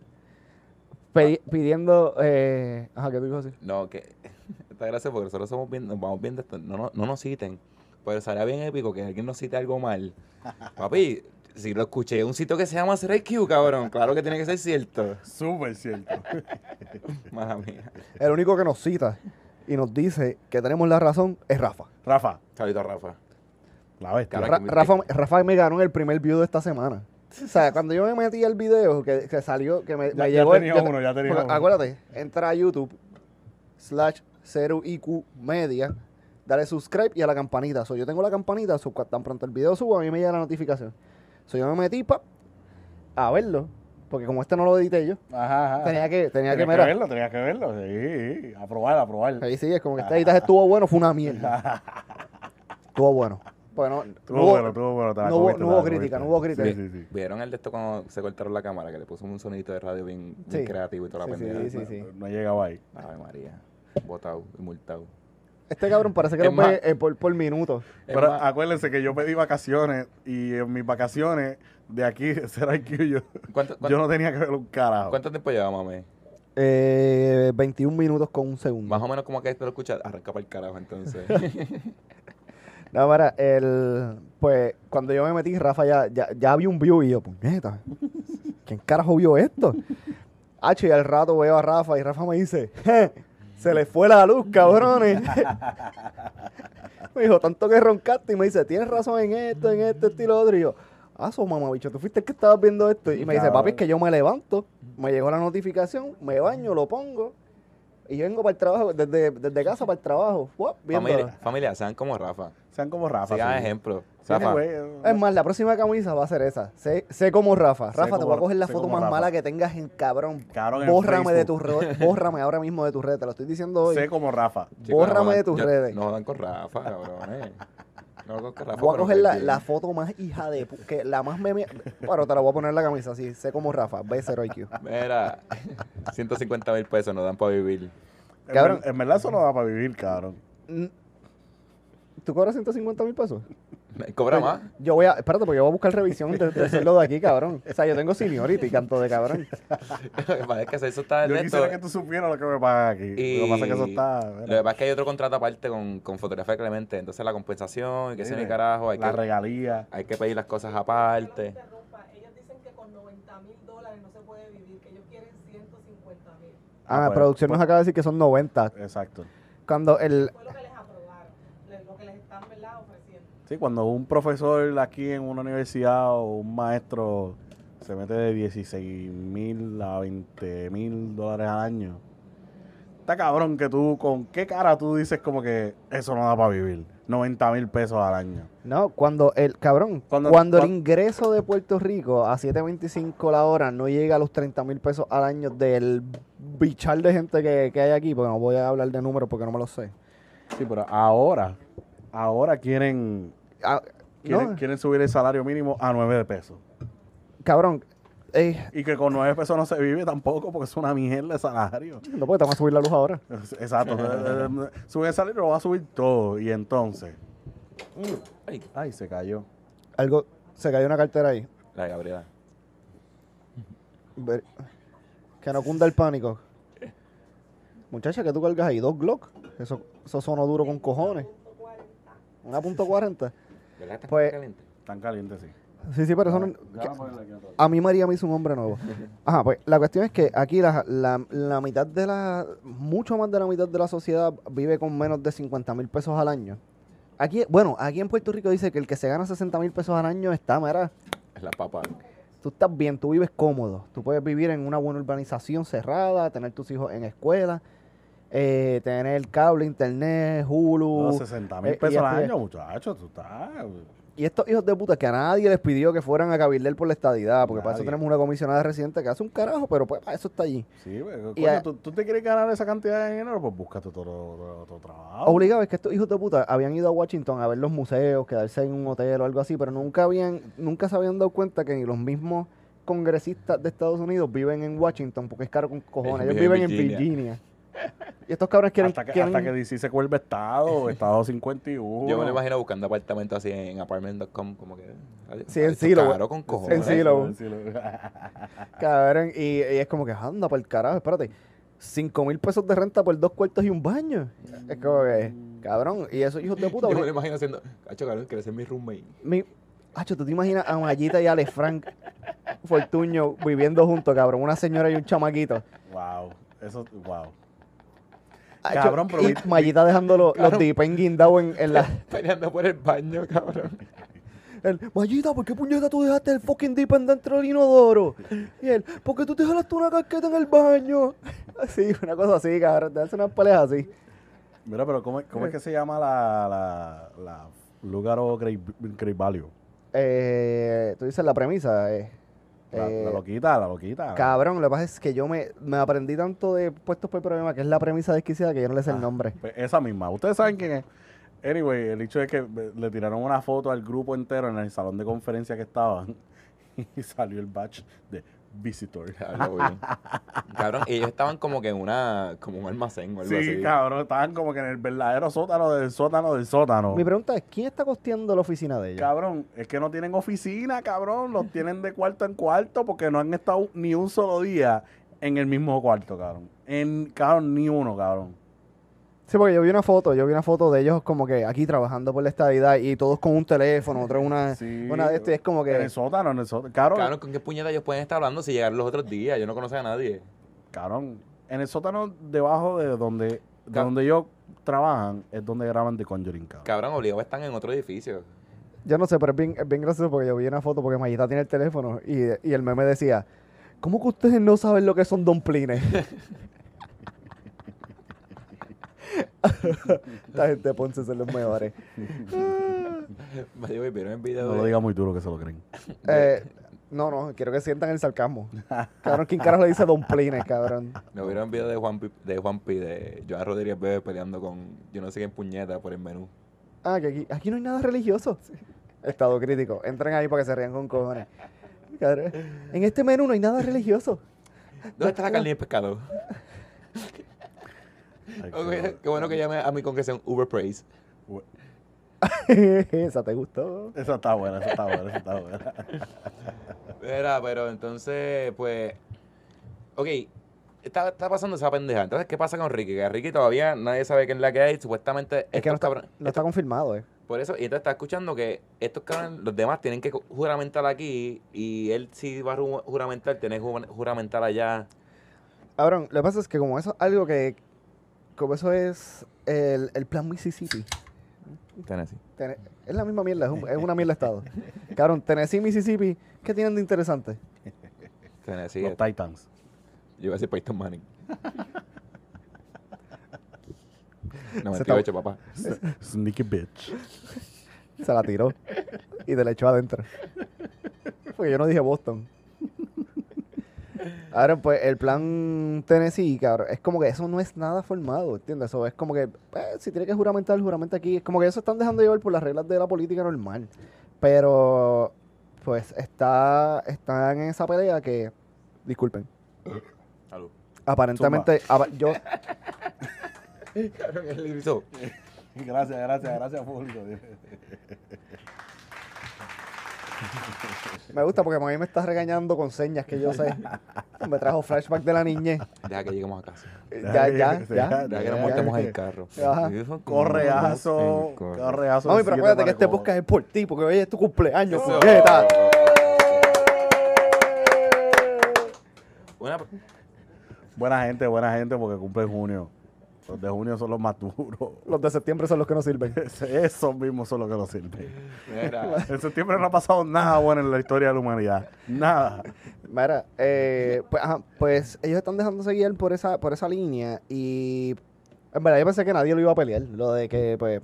pedi- pidiendo, eh, ajá, ¿qué te dijo así? No, que. Está gracia porque nosotros somos bien, nos vamos bien de esto. No, no, no nos citen. Pero sería bien épico que alguien nos cite algo mal. Papi, si lo escuché en un sitio que se llama Rescue, cabrón. Claro que tiene que ser cierto. Súper cierto. Mala mía. El único que nos cita y nos dice que tenemos la razón es Rafa. Rafa, Saludito a Rafa. la bestia. Claro. Ra- Rafa, Rafa me ganó en el primer view de esta semana. O sea, cuando yo me metí al video que, que salió, que me, Ya- me ya llegó. el- tenía yo te- uno, ya tenía porque uno. Acuérdate, entra a YouTube, slash 0IQ Media, dale subscribe y a la campanita. So, yo tengo la campanita, so, cu- tan pronto el video suba, a mí me llega la notificación. So, yo me metí pa, a verlo, porque como este no lo edité yo, Ajá, ajá. tenía que, tenía Tenías que que, mirar. verlo, tenías que verlo. Sí, sí. aprobar, aprobar. Ahí sí, es como que este editaje estuvo bueno, fue una mierda. estuvo bueno. Pues Bueno, Estuvo bueno, estuvo bueno. te la no hubo- comiste, no te la hubo crítica, comiste. no hubo crítica. Sí, sí, sí. ¿Vieron el de esto cuando se cortaron la cámara? Que le puso un sonidito de radio bien, bien Sí. creativo y toda la Sí, sí, pendeja. sí, sí. No llegaba ahí. Ave María. Botado y multado. Este cabrón parece que Es lo más- ve eh, por, por minuto. Es Pero más, acuérdense que yo pedí vacaciones y en mis vacaciones de aquí, será que yo, ¿cuánto, cuánto- yo no tenía que ver un carajo. cuánto tiempo lleva, mami? Mm. Eh, 21 minutos con un segundo. Más o menos como que esto lo escuchas, arranca para el carajo entonces. No, para el. Pues cuando yo me metí, Rafa ya, ya, ya vi un view y yo, puñeta. ¿Quién carajo vio esto? H, y al rato veo a Rafa y Rafa me dice, "Je, se le fue la luz, cabrones. me dijo, tanto que roncaste y me dice, tienes razón en esto, en esto, esto y lo otro. Y yo, ah, su mamá, bicho, tú fuiste el que estabas viendo esto. Y me dice, Cabrón. papi, es que yo me levanto, me llegó la notificación, me baño, lo pongo. Y yo vengo para el trabajo, desde, desde casa para el trabajo. Guap, viéndola. familia, familia, sean como Rafa. Sean como Rafa. Sigan sí. eh, ejemplo. Rafa, Anyway, Es más, la próxima camisa va a ser esa. Sé, sé como Rafa. Sé Rafa, te como- voy a coger la sé foto como más Rafa. mala que tengas en cabrón. Cabrón, en bórrame de tus Facebook. redes. Bórrame ahora mismo de tus redes. Te lo estoy diciendo hoy. sé como Rafa. chicos, bórrame no jodan- de tus yo- redes. No jodan con Rafa, cabrones. No jodan con Rafa. Voy a pero coger que la, bien. la foto más hija de... pu- Que la más meme... Bueno, te la voy a poner en la camisa así. Sé como Rafa. B0IQ. Mira, 150 mil pesos nos dan para vivir. En Cabrón. ver- En, verdad eso no da para vivir, cabrón. Mm. ¿Tú cobras 150 mil pesos? Cobra más. Yo voy a... Espérate, porque yo voy a buscar revisión de, de hacerlo de aquí, cabrón. O sea, yo tengo seniority, canto de cabrón. Ah, Vale, es que eso está Yo en esto. quisiera que tú supieras lo que me pagan aquí. Lo que pasa es que eso Y está... Lo mira, que pasa es que hay otro contrato aparte con, con Fotografía Clemente. Entonces la compensación y que Sí, sea ni carajo. Hay la que, regalía. hay que pedir las cosas No aparte. interrumpa. Ellos dicen que con 90 mil dólares no se puede vivir, que ellos quieren 150 mil. Ah, Ah, la pues, producción pues- nos acaba de decir que son 90. Exacto. Cuando el... Fue lo que les aprobaron, le- lo que les están ¿verdad? ofreciendo. Sí, cuando un profesor aquí en una universidad o un maestro se mete de 16 mil a 20 mil dólares al año, está cabrón que tú, ¿con qué cara tú dices como que eso no da para vivir? 90 mil pesos al año. No, cuando el... Cabrón. Cuando, Cuando- el cuan- ingreso de Puerto Rico a 7.25 la hora no llega a los 30 mil pesos al año del bichar de gente que, que hay aquí, porque no voy a hablar de números porque no me lo sé. Sí, pero ahora, ahora quieren, Ah, quieren, no. quieren subir el salario mínimo a 9 de pesos. Cabrón, eh, Y que con 9 pesos no se vive tampoco porque es una mierda de salario. no porque te vamos a subir la luz ahora. Exacto. Sube el salario, lo va a subir todo. Y entonces... Mm. Ay, Ay, se cayó. Algo, se cayó una cartera ahí. la de Gabriela. Ver- Que no cunda el pánico. Muchacha, que tú cargas ahí? ¿Dos Glock? Eso, eso sonó duro con cojones. Una punto cuarenta. ¿Verdad que está Pues- caliente? Tan caliente, sí. Sí, sí, pero eso no... que- A mí María me hizo un hombre nuevo. Ajá, pues la cuestión es que aquí la, la- la mitad de la... Mucho más de la mitad de la sociedad vive con menos de 50 mil pesos al año. Aquí, bueno, aquí en Puerto Rico dice que el que se gana 60 mil pesos al año está, mira, Es la papa. tú estás bien, tú vives cómodo, tú puedes vivir en una buena urbanización cerrada, tener tus hijos en escuela, eh, tener cable, internet, Hulu. No, 60 eh, mil y pesos al este- año, muchachos. Tú estás. Y estos hijos de puta que a nadie les pidió que fueran a cabildear por la estadidad, porque para eso Nadie. tenemos una comisionada residente que hace un carajo, pero pues para eso está allí. Sí, pero, Y coño, a- ¿tú, tú te quieres ganar esa cantidad de dinero, pues búscate otro, otro- otro trabajo. Obligado es que estos hijos de puta habían ido a Washington a ver los museos, quedarse en un hotel o algo así, pero nunca habían, nunca se habían dado cuenta que ni los mismos congresistas de Estados Unidos viven en Washington, porque es caro con cojones. Ellos viven Viven en en Virginia. Y estos cabrones quieren, hasta, que, quieren- hasta que DC se vuelve Estado, Estado 51. Yo me lo imagino buscando apartamentos así en apartment.com, como que. Sí, en Silo, güey. Claro, con En cojones. Silo. En Cabrón, y, y es como que anda para el carajo, espérate. 5 mil pesos de renta por dos cuartos y un baño. Es como que, cabrón, y esos hijos de Yo puta. me lo porque- imagino haciendo. Cacho, cabrón, quiere ser mi roommate. mi, Acho, ¿tú te imaginas a Mayita y a Ale Frank Fortuño viviendo juntos, cabrón? Una señora y un chamaquito. Wow. Eso, wow. Acho, Cabrón, pero y vi- Mayita dejando los, los Cabrón. dipen guindados en, en la. Peleando por el baño, cabrón. El, Mayita, ¿por qué puñeta tú dejaste el fucking dipen dentro del inodoro? Y él, ¿por qué tú te jalaste una casqueta en el baño? Así, una cosa así, cabrón. Te hacen unas peleas así. Mira, pero ¿cómo, es- cómo es que se llama la, la, la lugar o Great, Great Value? Eh, tú dices la premisa. eh. La, la Eh, loquita, la loquita. cabrón, lo que pasa es que yo me, me aprendí tanto de puestos por problema, que es la premisa desquiciada, que yo no le sé el Ah, nombre. Pues esa misma. Ustedes saben quién es. Anyway, el hecho es que eh, le tiraron una foto al grupo entero en el salón de conferencia que estaban y salió el batch de visitor. Diablo, güey. Cabrón, y ellos estaban como que en una. como un almacén o algo así. Sí, cabrón, estaban como que en el verdadero sótano del sótano del sótano. Mi pregunta es, ¿quién está costeando la oficina de ella? Cabrón, es que no tienen oficina, cabrón, los tienen de cuarto en cuarto porque no han estado ni un solo día en el mismo cuarto, cabrón. En, cabrón, ni uno, cabrón. Sí, porque yo vi una foto, yo vi una foto de ellos como que aquí trabajando por la estadidad y todos con un teléfono, otro una, Sí. Ah, una de estas, y es como En que... el sótano, en el sótano. Cabrón, Cabrón, ¿con qué puñeta ellos pueden estar hablando si llegaron los otros días? Yo no conocía a nadie. Cabrón, en el sótano debajo de donde, de Ca- donde yo trabajan es donde graban The Conjuring, cabrón. Cabrón, obligados están en otro edificio. Yo no sé, pero es bien, es bien gracioso porque yo vi una foto porque Mayita tiene el teléfono y, y el meme decía, ¿cómo que ustedes no saben lo que son domplines? Esta gente de Ponce son los mejores. Me digo, "Oye, ¿vieron el video No lo de- diga muy duro que se lo creen. Eh, no, no, quiero que sientan el sarcasmo. Cabrón, ¿quién carajo le dice Don Plines, cabrón? Me vieron el video de Juan Pi, de Juan Pi, de Joan Rodríguez Bebe peleando con yo no sé quién puñeta por el menú. Ah, que aquí, aquí no hay nada religioso. Estado crítico. Entren ahí para que se rían con cojones. Cabrón, en este menú no hay nada religioso. ¿Dónde está la carne y el pescado? Ay, Ok, Qué bueno que llame a mi congregación Uber Praise. Esa te gustó. Esa está buena, esa está buena, esa está buena. Era, pero entonces, pues. Ok, está, está pasando esa pendeja. Entonces, ¿qué pasa con Ricky? Que Ricky todavía nadie sabe quién es la que hay. Supuestamente. Es que no estos está, cabrones- no está confirmado, eh. Por eso, y entonces está escuchando que estos cabrones, los demás tienen que ju- juramentar aquí. Y él sí va a ju- juramentar, tiene que ju- juramentar allá. Cabrón, lo que pasa es que como eso es algo que... Como eso es el, el plan Mississippi. Tennessee. Tene- es la misma mierda, es, un- es una mierda de estado. Cabrón, Tennessee, Mississippi, ¿qué tienen de interesante? Tennessee. eh. Los es- Titans. Yo iba a decir Peyton Manning. No, Se 98, papá. Sneaky bitch. Se la tiró y te la echó adentro. Porque yo no dije Boston. Ahora, pues, el plan Tennessee, cabrón, es como que eso no es nada formado, ¿entiendes? Eso es como que, eh, si tiene que juramentar, el juramento aquí. Es como que ellos se están dejando llevar por las reglas de la política normal. Pero, pues, está, están en esa pelea que, disculpen, Salud. aparentemente, apa- yo, Cabrón, él hizo. Gracias, gracias, gracias, público. me gusta porque mami me está regañando con señas que yo sé. Me trajo flashback de la niñez. Deja que lleguemos a casa. Eh, Ya, ya, ya. Deja que nos montemos en el carro. Ajá. Correazo, Sí, corre. correazo. Mami, de pero siete acuérdate que este para el podcast es por ti, porque hoy es tu cumpleaños, Eso. puñeta. Una- codo. Buena gente, buena gente, porque cumple en junio. Los de junio son los más duros. Los de septiembre son los que no sirven. Esos mismos son los que nos sirven. Mira, En septiembre no ha pasado nada bueno en la historia de la humanidad. Nada. Mira, eh, pues, ajá, pues ellos están dejándose guiar por esa, por esa línea y... En verdad, yo pensé que nadie lo iba a pelear. Lo de que, pues,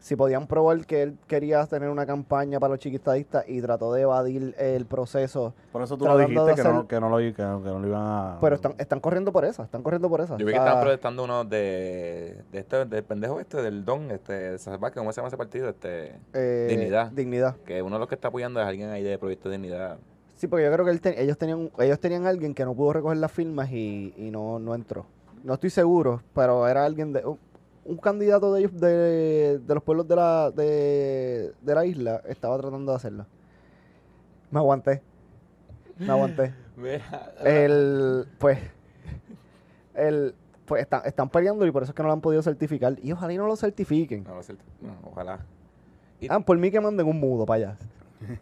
si podían probar que él quería tener una campaña para los chiquitadistas y trató de evadir el proceso. Por eso tú lo Tratando de dijiste que no, hacer- que, no lo, que, no, que no lo iban a. Pero están, están corriendo por esa, están corriendo por esa. Ah. yo vi O que sea, estaban protestando uno de, de este, del pendejo este, del don, este, Salvaje, ¿cómo se llama ese partido? Este, eh, Dignidad. Dignidad. que uno de los que está apoyando es alguien ahí de Proyecto de Dignidad. Sí, porque yo creo que él te- ellos tenían ellos tenían alguien que no pudo recoger las firmas y, y no, no entró. No estoy seguro, pero era alguien de un, un candidato de ellos de, de los pueblos de la de, de la isla estaba tratando de hacerlo. Me aguanté. Me aguanté. Mira, Eh. El pues el pues están, están peleando y por eso es que no lo han podido certificar y ojalá y no lo certifiquen. no, no, es cierto. No, ojalá. Ah, por mí que manden un mudo para allá.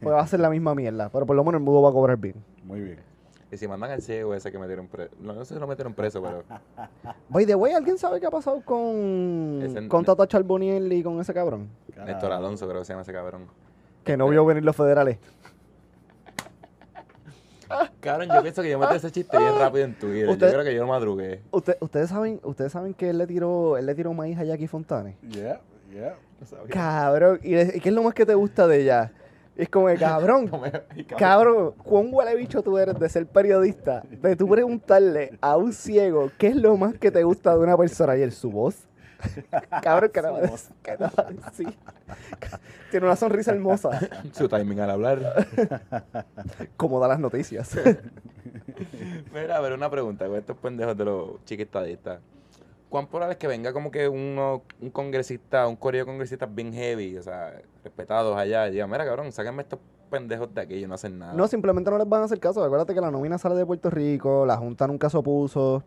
Pues va a ser la misma mierda, pero por lo menos el mudo va a cobrar bien. Muy bien. Y si mandan al ciego ese que metieron preso, no, no sé si lo metieron preso, pero By the way, ¿alguien sabe qué ha pasado con, Ese- con Tata Charboniel y con ese cabrón? Néstor Alonso creo que se llama ese cabrón. Que no vio venir los federales. Cabrón, yo pienso que yo metí ese chiste bien rápido en Twitter. Ah. Usted- Yo creo que yo lo madrugué. Usted- ustedes saben, ustedes saben que él le tiró, él le tiró maíz a Jackie Fontane. Yeah, yeah. No sabía. Cabrón, ¿y, le- y qué es lo más que te gusta de ella? Es como que cabrón, No me- y cabrón, cabrón, cuán huele bicho tú eres de ser periodista, de tú preguntarle a un ciego qué es lo más que te gusta de una persona y él, su voz. Cabrón, que no va a decir- que no va a decir. Tiene una sonrisa hermosa, Su timing al hablar. como da las noticias. Mira, a ver, una pregunta con estos pendejos de los chiquitadistas. ¿Cuán probable es que venga como que uno, un congresista, un correo de congresistas bien heavy, o sea, respetados allá, y diga, mira, cabrón, sáquenme estos pendejos de aquí, ellos no hacen nada. No, simplemente no les van a hacer caso. Acuérdate que la nómina sale de Puerto Rico, la Junta nunca se opuso.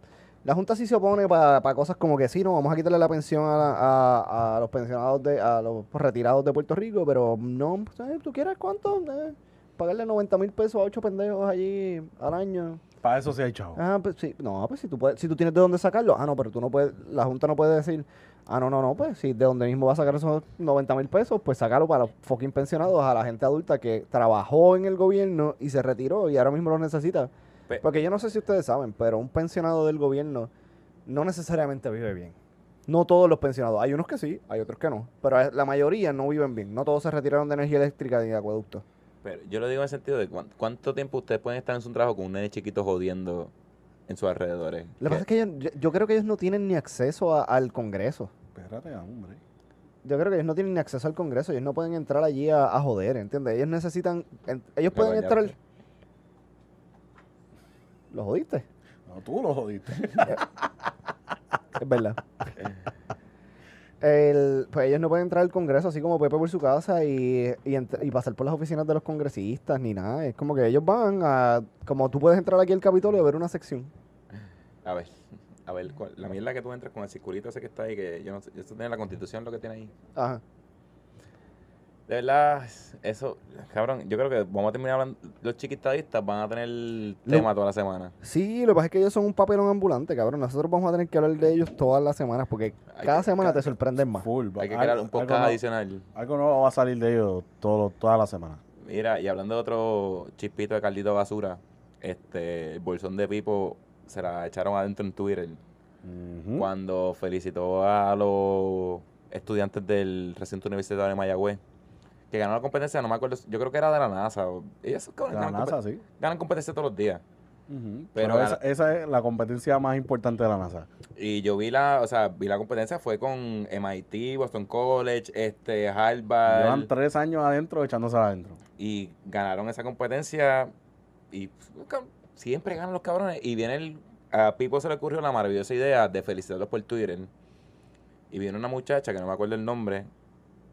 La Junta sí se opone para cosas como que sí, no, vamos a quitarle la pensión a, la- a- a los pensionados, de, a los retirados de Puerto Rico, pero no, eh, ¿tú quieres cuánto? Eh, pagarle 90 mil pesos a ocho pendejos allí al año. Para eso sí hay chavo. Ah, pues sí, no, pues si tú, puedes, si tú tienes de dónde sacarlo, ah, no, pero tú no puedes, la Junta no puede decir, ah, no, no, no, pues si de dónde mismo va a sacar esos 90 mil pesos, pues sacarlo para los fucking pensionados, a la gente adulta que trabajó en el gobierno y se retiró y ahora mismo lo necesita. Pe- Porque yo no sé si ustedes saben, pero un pensionado del gobierno no necesariamente vive bien. No todos los pensionados. Hay unos que sí, hay otros que no. Pero la mayoría no viven bien. No todos se retiraron de energía eléctrica ni de acueducto. Pero yo lo digo en el sentido de cuán- cuánto tiempo ustedes pueden estar en su trabajo con un nene chiquito jodiendo en sus alrededores. Lo que pasa es que ellos- yo, yo creo que ellos no tienen ni acceso a- al Congreso. Espérate, hombre. Yo creo que ellos no tienen ni acceso al Congreso. Ellos no pueden entrar allí a, a joder, ¿entiendes? Ellos necesitan... en- Me ellos pueden guayaste. entrar... ¿Lo jodiste? No, tú lo jodiste. Es verdad. El- pues ellos no pueden entrar al Congreso así como Pepe por su casa y, y, ent- y pasar por las oficinas de los congresistas ni nada. Es como que ellos van a... Como tú puedes entrar aquí al Capitolio a ver una sección. A ver, a ver, cuál- la mierda que tú entras con el circulito ese que está ahí, que yo no sé, eso tiene la constitución lo que tiene ahí. Ajá. De verdad, eso, cabrón, yo creo que vamos a terminar hablando, los chiquitadistas van a tener tema toda la semana. Sí, lo que pasa es que ellos son un papelón ambulante, cabrón. Nosotros vamos a tener que hablar de ellos todas las semanas porque Hay cada que- semana ca- te sorprenden más. Full, va- Hay que algo- crear un podcast algo, nuevo- adicional. algo nuevo va a salir de ellos todo, toda la semana. Mira, y hablando de otro chispito de Carlito Basura, este, el bolsón de Pipo se la echaron adentro en Twitter Ujú. cuando felicitó a los estudiantes del recinto universitario de Mayagüez que ganó la competencia, no me acuerdo, yo creo que era de la NASA. o- Ellos son cabrones, La ganan, NASA, compe- sí. ganan competencia todos los días. Ujú. Pero Pero, gana- esa, esa es la competencia más importante de la NASA. Y yo vi la, o sea, vi la competencia fue con MIT, Boston College, este, Harvard. Llevan tres años adentro echándosela adentro. y ganaron esa competencia y pues, cab- siempre ganan los cabrones y viene el a Pipo se le ocurrió la maravillosa idea de felicitarlos por Twitter y viene una muchacha que no me acuerdo el nombre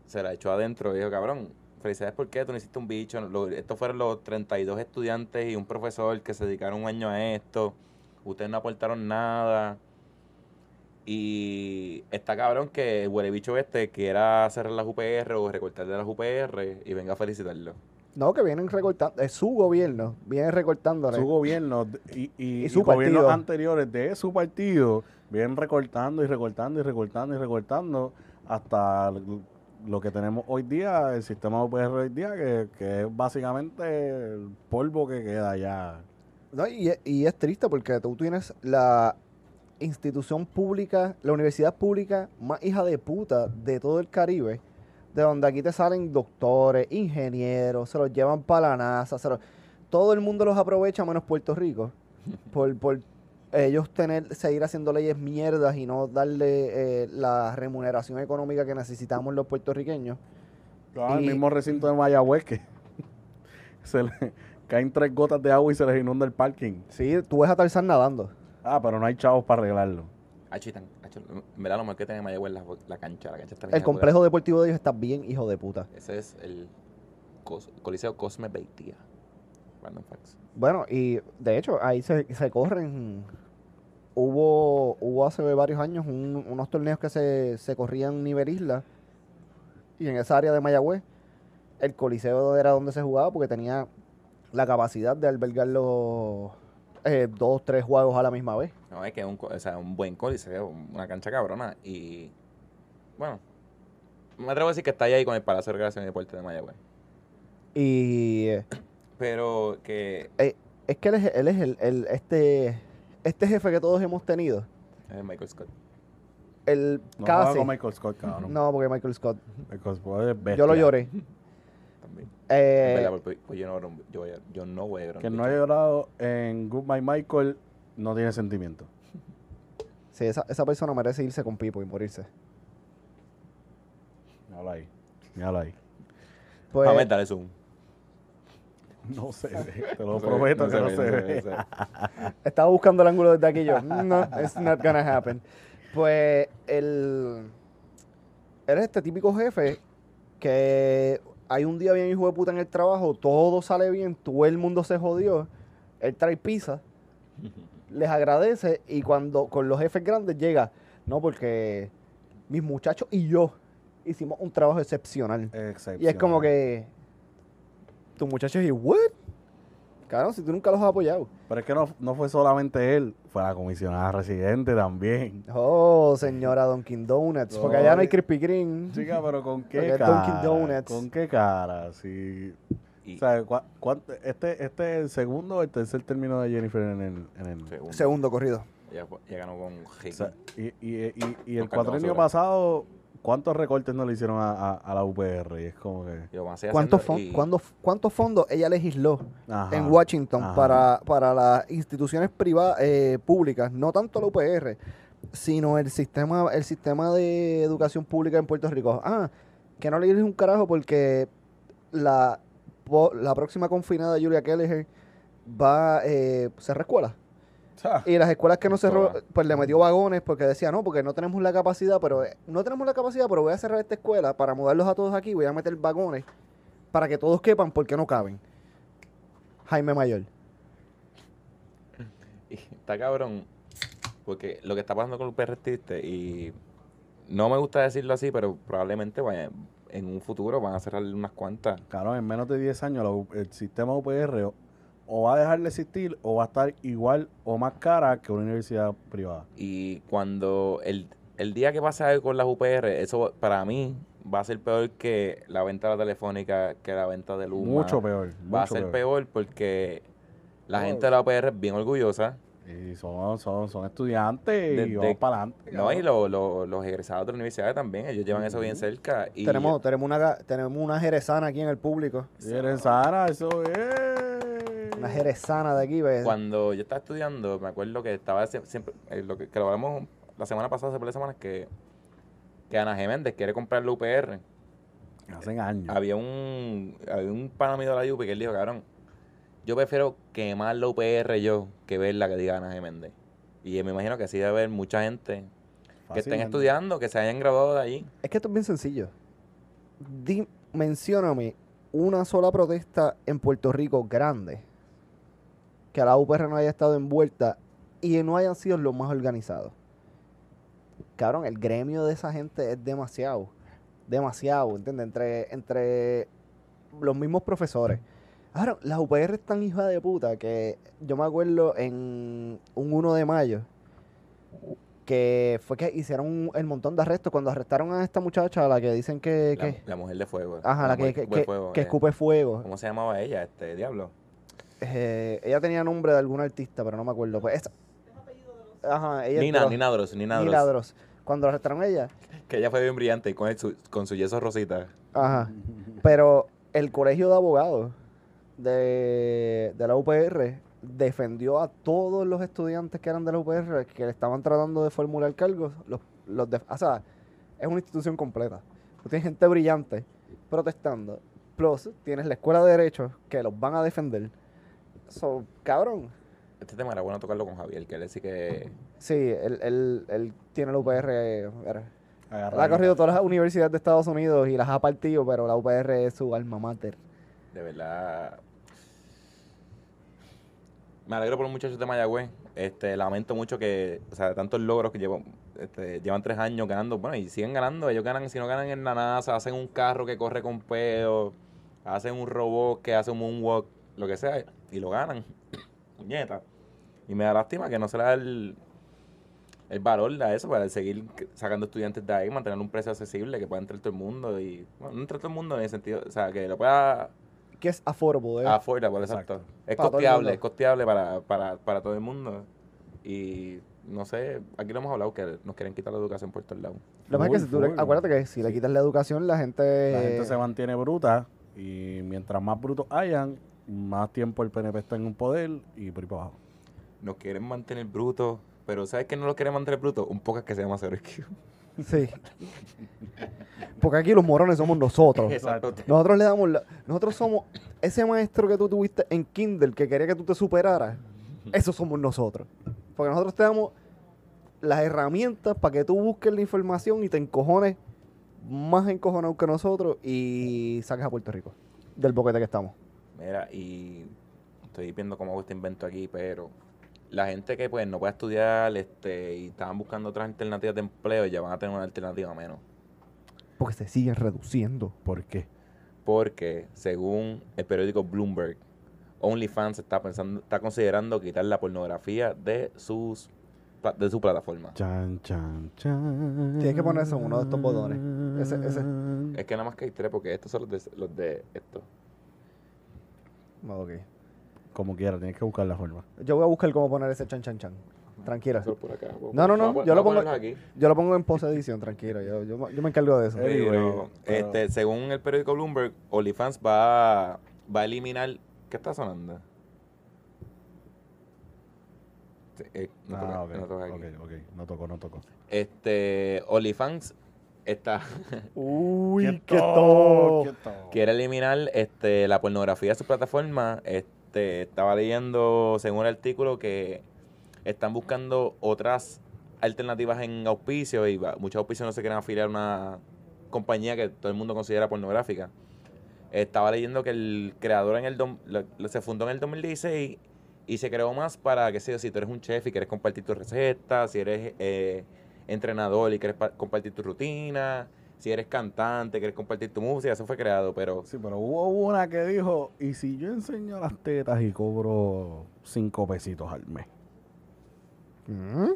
se la echó adentro y dijo cabrón felicidades porque tú no hiciste un bicho Lo- estos fueron los 32 estudiantes y un profesor que se dedicaron un año a esto ustedes no aportaron nada y está cabrón que el huele bicho este quiera cerrar las UPR o recortar de las UPR y venga a felicitarlo. No, que vienen recortando. Es su gobierno. Viene recortando. Su gobierno d- y, y, Y su y gobiernos partido. anteriores de su partido vienen recortando y recortando y recortando y recortando hasta l- lo que tenemos hoy día, el sistema UPR hoy día, que, que es básicamente el polvo que queda ya. No, y, es- y es triste porque tú tienes la institución pública, la universidad pública más hija de puta de todo el Caribe, de donde aquí te salen doctores, ingenieros, se los llevan para la NASA, se los- todo el mundo los aprovecha menos Puerto Rico, por, por ellos tener, seguir haciendo leyes mierdas y no darle eh, la remuneración económica que necesitamos los puertorriqueños. Ah, el Y- mismo recinto de Mayagüez que se le caen tres gotas de agua y se les inunda el parking. Sí, tú ves a Tarzán nadando. Ah, pero no hay chavos para arreglarlo. Acho, y Ah, tan- acho, en verdad lo mal que tiene Mayagüez la, la cancha, la cancha está bien El jodida. complejo deportivo de ellos está bien hijo de puta. Ese es el cos- Coliseo Cosme Beitia. Random facts. Bueno, y de hecho, ahí se, se corren. Hubo, hubo hace varios años un- unos torneos que se, se corrían nivel isla. Y en esa área de Mayagüez, el coliseo era donde se jugaba porque tenía la capacidad de albergar los eh, dos, tres juegos a la misma vez. No, es que es un, co- o sea, un buen coliseo, una cancha cabrona y bueno, me atrevo a decir que está ahí, ahí con el Palacio de Recreación y Deporte de Mayagüez. Y eh, Pero que es que él es, él es el, el- este, este jefe que todos hemos tenido. eh, Michael Scott. El No casi. juega con Michael Scott, cabrón. No, porque Michael Scott. Michael Scott es bestia. Yo lo lloré. También. Es Eh, verdad, porque- porque yo no, era un- yo, yo no voy a ver a un Que no bicho. haya llorado en Goodbye Michael no tiene sentimiento. Sí, esa, esa persona merece irse con Pipo y morirse. Míralo ahí. Míralo ahí. Pues, Ahmed, dale zoom. No se ve. Te lo prometo que no se ve. estaba buscando el ángulo desde aquí yo. No, it's not gonna happen. Pues el. Él es este típico jefe que hay un día bien hijo de puta en el trabajo, todo sale bien, todo el mundo se jodió. Él trae pizza, les agradece y cuando con los jefes grandes llega, no, porque mis muchachos y yo hicimos un trabajo excepcional. Y es como que tus muchachos y what? Claro, si tú nunca los has apoyado. Pero es que no, no fue solamente él, fue la comisionada residente también. Oh, señora Dunkin' Donuts, porque allá no hay Ay. Krispy Kreme. Chica, pero con Porque qué es cara. Dunkin' Donuts. Con qué cara. Sí. Y- O sea, cua- cuánto- este, este es el segundo o el tercer término de Jennifer en el. En el Segundo. Segundo corrido. Ella, fue- ella ganó con O Hickman. sea, y, y- y- y Con el carta cuatrienio basura. pasado, ¿cuántos recortes no le hicieron a, a- a la UPR? Y es como que. Yo, más ella ¿Cuántos, haciendo- fon- y- cuándo- ¿Cuántos fondos ella legisló ajá, en Washington ajá. para, para las instituciones privadas públicas, no tanto la UPR, sino el sistema el sistema de educación pública en Puerto Rico. Ah, que no le dieron un carajo porque la, po- la próxima confinada Julia Kelleher va a eh, cerrar escuelas. Ah, Y las escuelas que no Esto cerró, va. pues le metió vagones porque decía, no, porque no tenemos la capacidad, pero eh, no tenemos la capacidad, pero voy a cerrar esta escuela para mudarlos a todos aquí, voy a meter vagones para que todos quepan porque no caben. Jaime Mayor. y está cabrón. Porque lo que está pasando con el PR es triste y no me gusta decirlo así, pero probablemente vaya- en un futuro van a cerrar unas cuantas. Cabrón, en menos de 10 años la U- el sistema UPR o, o va a dejar de existir o va a estar igual o más cara que una universidad privada. Y cuando el, el día que pase algo con las UPR, eso para mí va a ser peor que la venta de la telefónica, que la venta de Luma. Mucho peor. Va a mucho ser peor porque la Oh. gente de la UPR es bien orgullosa. Y son, son, son estudiantes y Desde- vamos para adelante. No, y lo- lo- los egresados de la universidad también, ellos llevan eso bien cerca. Y Tenemos, tenemos una ga- tenemos una jerezana aquí en el público. Sana, eso es. Una jerezana de aquí, ¿ves? cuando yo estaba estudiando, me acuerdo que estaba sie- siempre, eh, lo que, que lo hablamos la semana pasada, hace par de semanas, que, que Ana Geméndez quiere comprar la UPR. Hacen años. Había un, había un pana mío de la UPR que él dijo, cabrón, yo prefiero quemar la UPR yo que ver la que diga Ana Geméndez. Y me imagino que así debe haber mucha gente que estén Fácilmente. estudiando, que se hayan graduado de allí. Es que esto es bien sencillo. Di, mencióname una sola protesta en Puerto Rico grande que la UPR no haya estado envuelta y no hayan sido los más organizados. Cabrón, el gremio de esa gente es demasiado. Demasiado, ¿entiendes? Entre, entre los mismos profesores. Ahora, las UPR están hija de puta que yo me acuerdo en un 1 de mayo que fue que hicieron el montón de arrestos cuando arrestaron a esta muchacha, la que dicen que... La, que- la mujer de fuego. ajá, la que, mujer que, escupe que- fuego, que eh. escupe fuego. ¿Cómo se llamaba ella? Este diablo. Eh, ella tenía nombre de algún artista, pero no me acuerdo. Pues esta- ajá, ella es Nina, de los- Nina Dross, Nina Dross. Nina Dross. Cuando la arrestaron a ella, Que ella fue bien brillante y con, el su, con su yeso rosita. ajá. Pero el colegio de abogados de, de la UPR defendió a todos los estudiantes que eran de la UPR que le estaban tratando de formular cargos. Los, los def- o sea, es una institución completa. Tú tienes gente brillante protestando. Plus, tienes la escuela de derecho que los van a defender. So, cabrón. Este tema era bueno tocarlo con Javier, que él sí que. Sí, él, él, él tiene la UPR. era- Agarrar Él ha corrido todas las universidades de Estados Unidos y las ha partido, pero la UPR es su alma mater. De verdad. Me alegro por los muchachos de Mayagüez. Este, lamento mucho que, o sea, tantos logros que llevo, este, llevan tres años ganando. Bueno, y siguen ganando. Ellos ganan, si no ganan en la NASA, hacen un carro que corre con pedo, hacen un robot que hace un moonwalk, lo que sea, y lo ganan. Puñeta. Y me da lástima que no se le da el, el valor a eso para seguir c- sacando estudiantes de ahí, mantener un precio accesible que pueda entrar todo el mundo. Y, bueno, no entrar todo el mundo en el sentido, o sea, que lo pueda Que es affordable. ¿eh? Afuera, por exacto. Exacto. Es Para todo el mundo. costeable, es costeable para, para, para todo el mundo. Y no sé, aquí lo hemos hablado que nos quieren quitar la educación por todos lados. Lo que pasa es que si tú le- Full, full. acuérdate que si le quitas la educación, la gente. La gente se mantiene bruta y mientras más brutos hayan, más tiempo el PNP está en un poder y por ahí para abajo. Nos quieren mantener brutos, pero ¿sabes qué no lo quieren mantener brutos? Un poco que se llama cero IQ. Sí. Porque aquí los morones somos nosotros. Exacto. Nosotros le damos. la- Nosotros somos. Ese maestro que tú tuviste en Kindle que quería que tú te superaras. Eso somos nosotros. Porque nosotros te damos las herramientas para que tú busques la información y te encojones más encojonado que nosotros y saques a Puerto Rico del boquete que estamos. Mira, y estoy viendo cómo hago este invento aquí, pero la gente que pues no puede estudiar este y estaban buscando otras alternativas de empleo ya van a tener una alternativa menos. Porque se siguen reduciendo. ¿Por qué? porque según el periódico Bloomberg, OnlyFans está pensando, está considerando quitar la pornografía de sus pla- de su plataforma. Chan, chan, chan. Tienes que ponerse uno de estos botones. Ese- ese. Es que nada más que hay tres, porque estos son los de, los de esto. Ok. Como quiera, tienes que buscar la forma. Yo voy a buscar cómo poner ese chan chan chan. Tranquila. Eso por acá. Vamos- No, no, no, vamos a- yo lo vamos a pongo- ponerlas aquí. Yo lo pongo en post-edición, tranquilo. Yo, yo, yo me encargo de eso. Eh, Anyway, Pero, pero- este, según el periódico Bloomberg, OnlyFans va, a- va a eliminar. ¿Qué está sonando? Sí, eh, no toca- Ah, ok, no toca aquí. ok, ok. No tocó, no tocó. Este, OnlyFans está, Uy, quiere eliminar este, la pornografía de su plataforma. Este, estaba leyendo, según el artículo, que están buscando otras alternativas en auspicio y va- muchos auspicios no se quieren afiliar a una compañía que todo el mundo considera pornográfica. Estaba leyendo que el creador en el dom- lo- lo- se fundó en el 2016 y se creó más para, qué sé yo, si tú eres un chef y quieres compartir tus recetas, si eres eh, entrenador y quieres pa- compartir tu rutina, si eres cantante, quieres compartir tu música, eso fue creado, pero Sí, pero hubo una que dijo, ¿y si yo enseño las tetas y cobro cinco pesitos al mes? ¿Mm?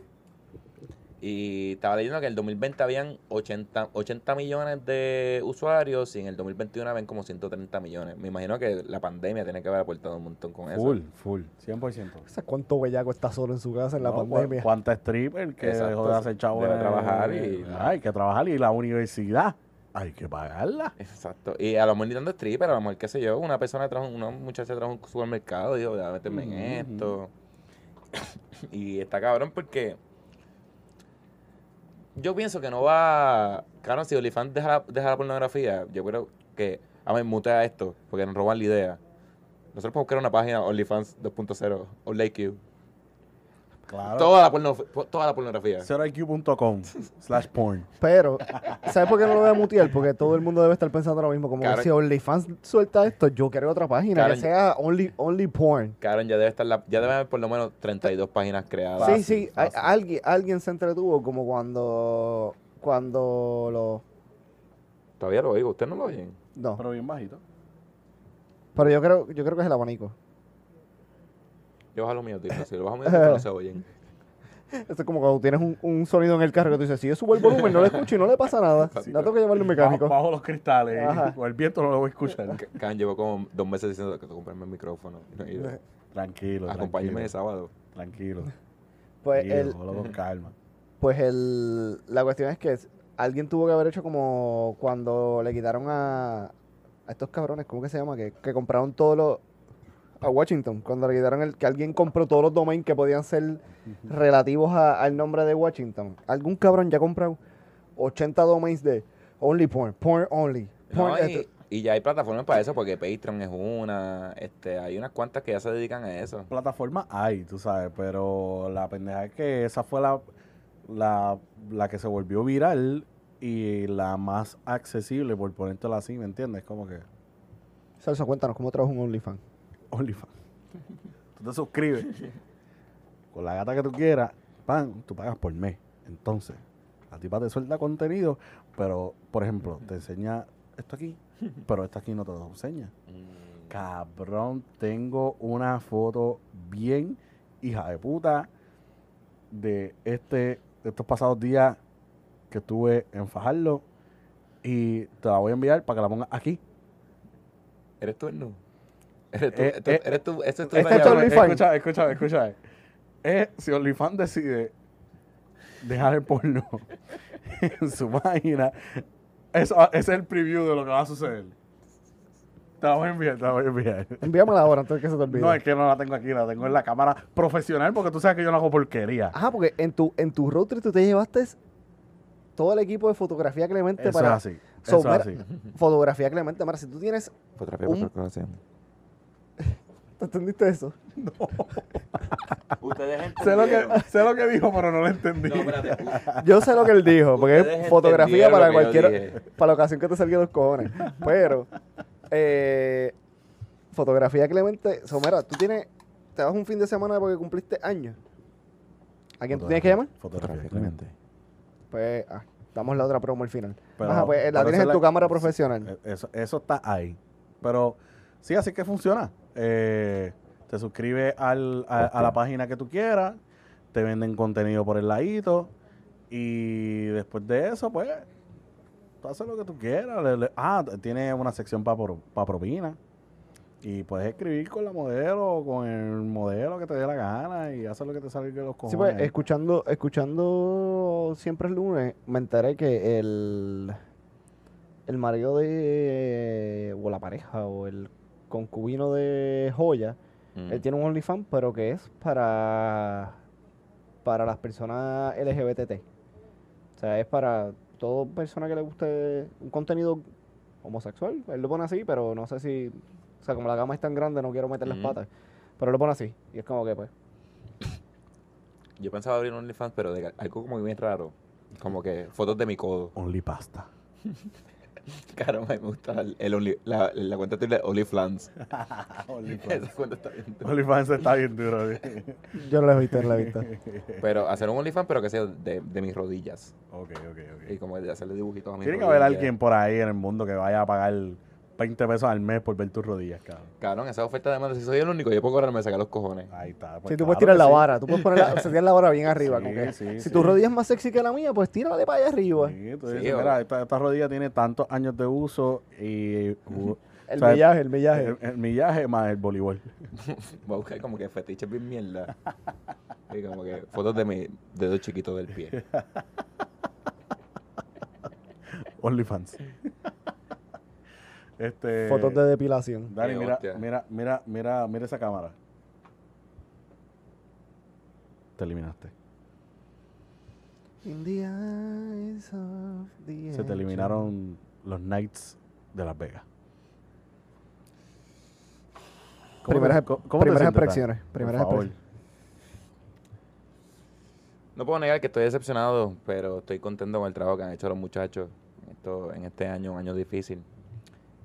Y estaba leyendo que en el 2020 habían 80, 80 millones de usuarios y en el 2021 habían como 130 millones. Me imagino que la pandemia tiene que haber aportado un montón con Full, eso. full, 100%. ¿Sabes cuánto bellaco está solo en su casa en la No, cu- pandemia? ¿Cuántas strippers que Exacto, dejó de hacer chavo debe en- trabajar y- Ah, hay que trabajar y la universidad hay que pagarla. Exacto. Y a lo mejor ni tanto stripper, a lo mejor, qué sé yo, una persona trajo, una muchacha trajo un supermercado y dijo, "Déjame meterme en Ujú, esto. y está cabrón porque yo pienso que no va... Cabrón, si Olifant deja la, deja la pornografía, yo creo que... A ver, mutea esto, porque nos roban la idea. Nosotros podemos crear una página OnlyFans 2.0, OnlyQ. Claro. Toda, la porno, toda la pornografía. CeroIQ.com slash porn. Pero, ¿sabes por qué no lo voy a mutear? Porque todo el mundo debe estar pensando ahora mismo, como que Claro. si OnlyFans suelta esto, yo creo otra página Claro. que sea Only, only Porn. Cabrón, ya debe estar la, ya debe haber por lo menos 32 páginas creadas. sí, sí, a- alguien, alguien se entretuvo como cuando, cuando los... Todavía lo oigo, ¿usted no lo oyen? No, Pero bien bajito. pero yo creo, yo creo que es el abanico. Yo bajo los míos, tío. Si lo bajo mío, no se oyen. Esto es como cuando tienes un, un sonido en el carro que tú dices, si yo subo el volumen, no lo escucho y no le pasa nada. No tengo que llamarle un Bajo, mecánico. bajo los cristales. Ajá. Con el viento no lo voy a escuchar. Ca- Can llevo como dos meses diciendo que tengo que comprarme el micrófono. y no he ido. Tranquilo, Acompáñame tranquilo. el sábado. Tranquilo. Pues tranquilo, el, cógelo con calma. pues el, la cuestión es que alguien tuvo que haber hecho como cuando le quitaron a, a estos cabrones, ¿cómo que se llama? Que, que compraron todos los... A Washington, cuando le quitaron el... Que alguien compró todos los domains que podían ser relativos a- al nombre de Washington. Algún cabrón ya ha comprado 80 domains de Only Porn, Porn Only. Porn este, No, esto. y, y ya hay plataformas para eso, porque Patreon es una. Este, hay unas cuantas que ya se dedican a eso. plataforma hay, tú sabes, pero la pendeja es que esa fue la, la, la que se volvió viral y la más accesible, por ponértela así, ¿me entiendes? Como que Celso, cuéntanos, ¿cómo trabaja un OnlyFans? OnlyFans. Tú te suscribes con la gata que tú quieras, pan, tú pagas por mes. Entonces, la tipa te suelta contenido, pero, por ejemplo, te enseña esto aquí, pero esto aquí no te lo enseña. Mm, Cabrón, tengo una foto bien hija de puta de este de estos pasados días que estuve en Fajardo y te la voy a enviar para que la pongas aquí. ¿Eres tú el no? ¿Eres tú? Eh, esto- eh, ¿Eres tú? ¿Este es tu este es rayado? tu OnlyFans. escucha, escucha, escucha. Es si OnlyFans decide dejar el porno en su página, eso, ah, ese es el preview de lo que va a suceder. Te la voy a enviar, te la voy a enviar. Envíamela ahora antes de que se te olvide. No, es que no la tengo aquí, la tengo en la cámara profesional porque tú sabes que yo no hago porquería. Ajá, porque en tu, en tu road trip tú te llevaste todo el equipo de fotografía Clemente Eso es este para... así. So, eso es mira, así. Fotografía Clemente, mira, si tú tienes... Fotografía Un- por procreación. ¿Te entendiste eso? Ustedes Sé lo, que, sé lo que dijo, pero no lo entendí. Yo sé lo que él dijo, porque es Ustedes fotografía entendieron para lo que yo cualquier... dije. Para la ocasión que te salga los cojones. Pero... eh, fotografía Clemente... So, mira, tú tienes... Te vas un fin de semana porque cumpliste años. ¿A quién tú tienes que llamar? Fotografía, Clemente. Pues... ah, damos la otra promo al final. Pero- Ajá, pues la pero tienes esa en es tu la- cámara profesional. Eh, Eso, eso está ahí. Pero sí, así que funciona. Eh, te suscribes al- a, a la página que tú quieras, te venden contenido por el ladito y después de eso, pues, tú haces lo que tú quieras. Le- le- ah, tiene una sección para propina. Y puedes escribir con la modelo, con el modelo que te dé la gana y hacer lo que te salga de los cojones. Sí, pues, escuchando, escuchando siempre el lunes, me enteré que el, el marido de. o la pareja, o el concubino de Joya, Mm. él tiene un OnlyFans, pero que es para. para las personas LGBT. O sea, es para toda persona que le guste un contenido homosexual. Él lo pone así, pero no sé si. O sea, como la gama es tan grande, no quiero meter las Ujú. patas. Pero lo pone así. Y es como que, pues. Yo pensaba abrir un OnlyFans, pero de algo como que bien raro. Como que fotos de mi codo. Only pasta. Claro, me gusta el, el Only- la, la cuenta de OnlyFans. Ah, OnlyFans. Esa cuenta está bien. OnlyFans está bien duro. ¿sí? Yo no lo he visto, no lo he visto. Pero hacer un OnlyFans, pero que sea de, de mis rodillas. ok, ok, Y ok. como de hacerle dibujitos a mis Tiene que rodillas. haber alguien por ahí en el mundo que vaya a pagar 20 pesos al mes por ver tus rodillas, cabrón. Cabrón, esa oferta de mano, si soy el único, yo puedo cobrarme, sacar los cojones. Ahí está. Si pues, tú claro puedes tirar que la sí. vara, tú puedes poner la, o sea, tirar la vara bien arriba. Sí, como que, sí, si sí. tu rodilla es más sexy que la mía, pues tírala para allá arriba. Sí, tú Sí, dices, o- mira, esta, esta rodilla tiene tantos años de uso y u- El ¿Sabes? millaje, el millaje. el, el millaje más el voleibol. Voy a buscar como que fetiches bien mierda. Y como que fotos de mi dedo chiquito del pie. OnlyFans. este, Fotos de depilación. Dani, Eh, mira, hostia. mira, mira, mira, mira esa cámara. Te eliminaste. In the eyes of the Se te angel. eliminaron los Knights de Las Vegas. ¿Cómo Primeras, te- co- cómo te primeras sientes, expresiones. Dani? Por Primeras favor. expresiones. No puedo negar que estoy decepcionado, pero estoy contento con el trabajo que han hecho los muchachos en esto, en este año, un año difícil.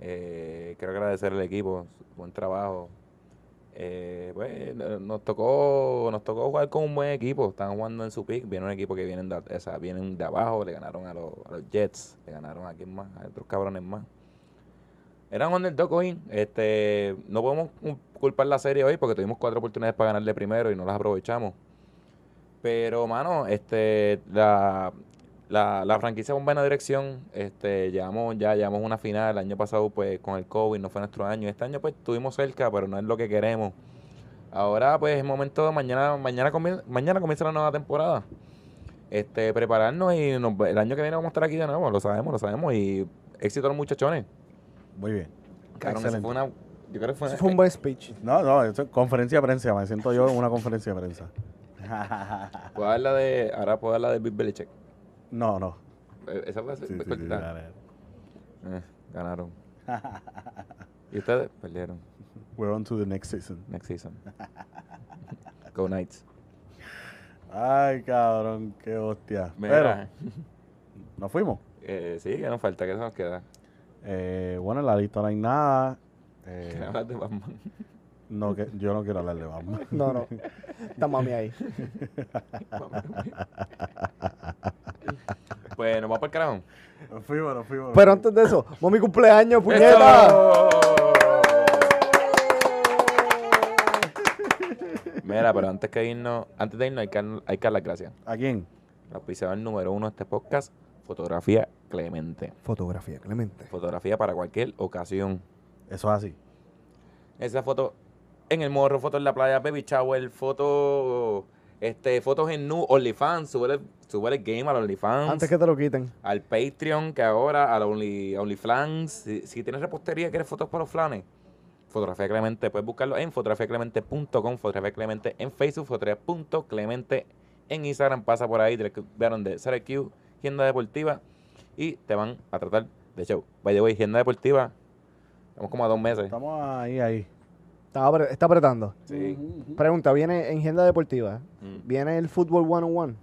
Eh, quiero agradecer al equipo, su buen trabajo. Eh, pues, no- nos tocó, nos tocó jugar con un buen equipo. Están jugando en su pick. Viene un equipo que vienen de, o sea, vienen de abajo, le ganaron a los, a los Jets, le ganaron a quién más, a otros cabrones más. Eran underdog hoy. Este, no podemos culpar la serie hoy porque tuvimos cuatro oportunidades para ganarle primero y no las aprovechamos. Pero, mano, este, la, la, la franquicia va en buena dirección. Este, llevamos, ya llevamos una final. El año pasado, pues, con el COVID no fue nuestro año. Este año, pues, estuvimos cerca, pero no es lo que queremos. Ahora, pues, es momento de mañana, mañana, comi- mañana comienza la nueva temporada. Este, prepararnos y nos- el año que viene vamos a estar aquí de nuevo. Lo sabemos, lo sabemos. Y éxito a los muchachones. Muy bien. Cabrón, eso Excelente. fue una, yo creo que fue Eso una, fue un buen speech. No, no, eso es conferencia de prensa. Me siento yo en una conferencia de prensa. puedo dar la de, ahora puedo dar la de Bill Belichick. No, no. Eh, Esa fue Sí, sí, sí, cortita. dale. Eh, ganaron. y ustedes perdieron. We're on to the next season. Next season. Go Knights. Ay, cabrón, qué hostia. Pero, Mira, nos fuimos. eh, sí, que nos falta, que eso nos queda. Eh, bueno, en la lista no hay nada. Eh, Que hablar de Batman. no, que, yo no quiero hablar de Batman. No, no. Está mami ahí. pues nos va para el carajo. Nos fuimos, nos fuimos. Pero antes de eso, mami cumpleaños, puñeta. Mira, pero antes que irnos, antes de irnos hay que, dar- hay que dar las gracias. ¿A quién? El auspiciador número uno de este podcast, Fotografía Clemente. Fotografía, Clemente. Fotografía para cualquier ocasión. Eso es así. Esa foto en el morro, foto en la playa, baby shower, foto, este, fotos en nu, OnlyFans, sube el, sube el game al OnlyFans, Antes que te lo quiten. al Patreon, que ahora, al Only, a OnlyFans. Si, si tienes repostería, quieres fotos para los flanes, Fotografía Clemente, puedes buscarlo en fotografiaclemente.com, Fotografía Clemente en Facebook, fotografía.clemente en Instagram, pasa por ahí, direct- vean de Sarah Q, Agenda Deportiva, y te van a tratar de show. Vaya, güey, Agenda Deportiva, estamos como a dos meses. Estamos ahí, ahí. Está, apre- está apretando. Sí. Pregunta, viene en agenda deportiva. Mm. Viene el fútbol 101.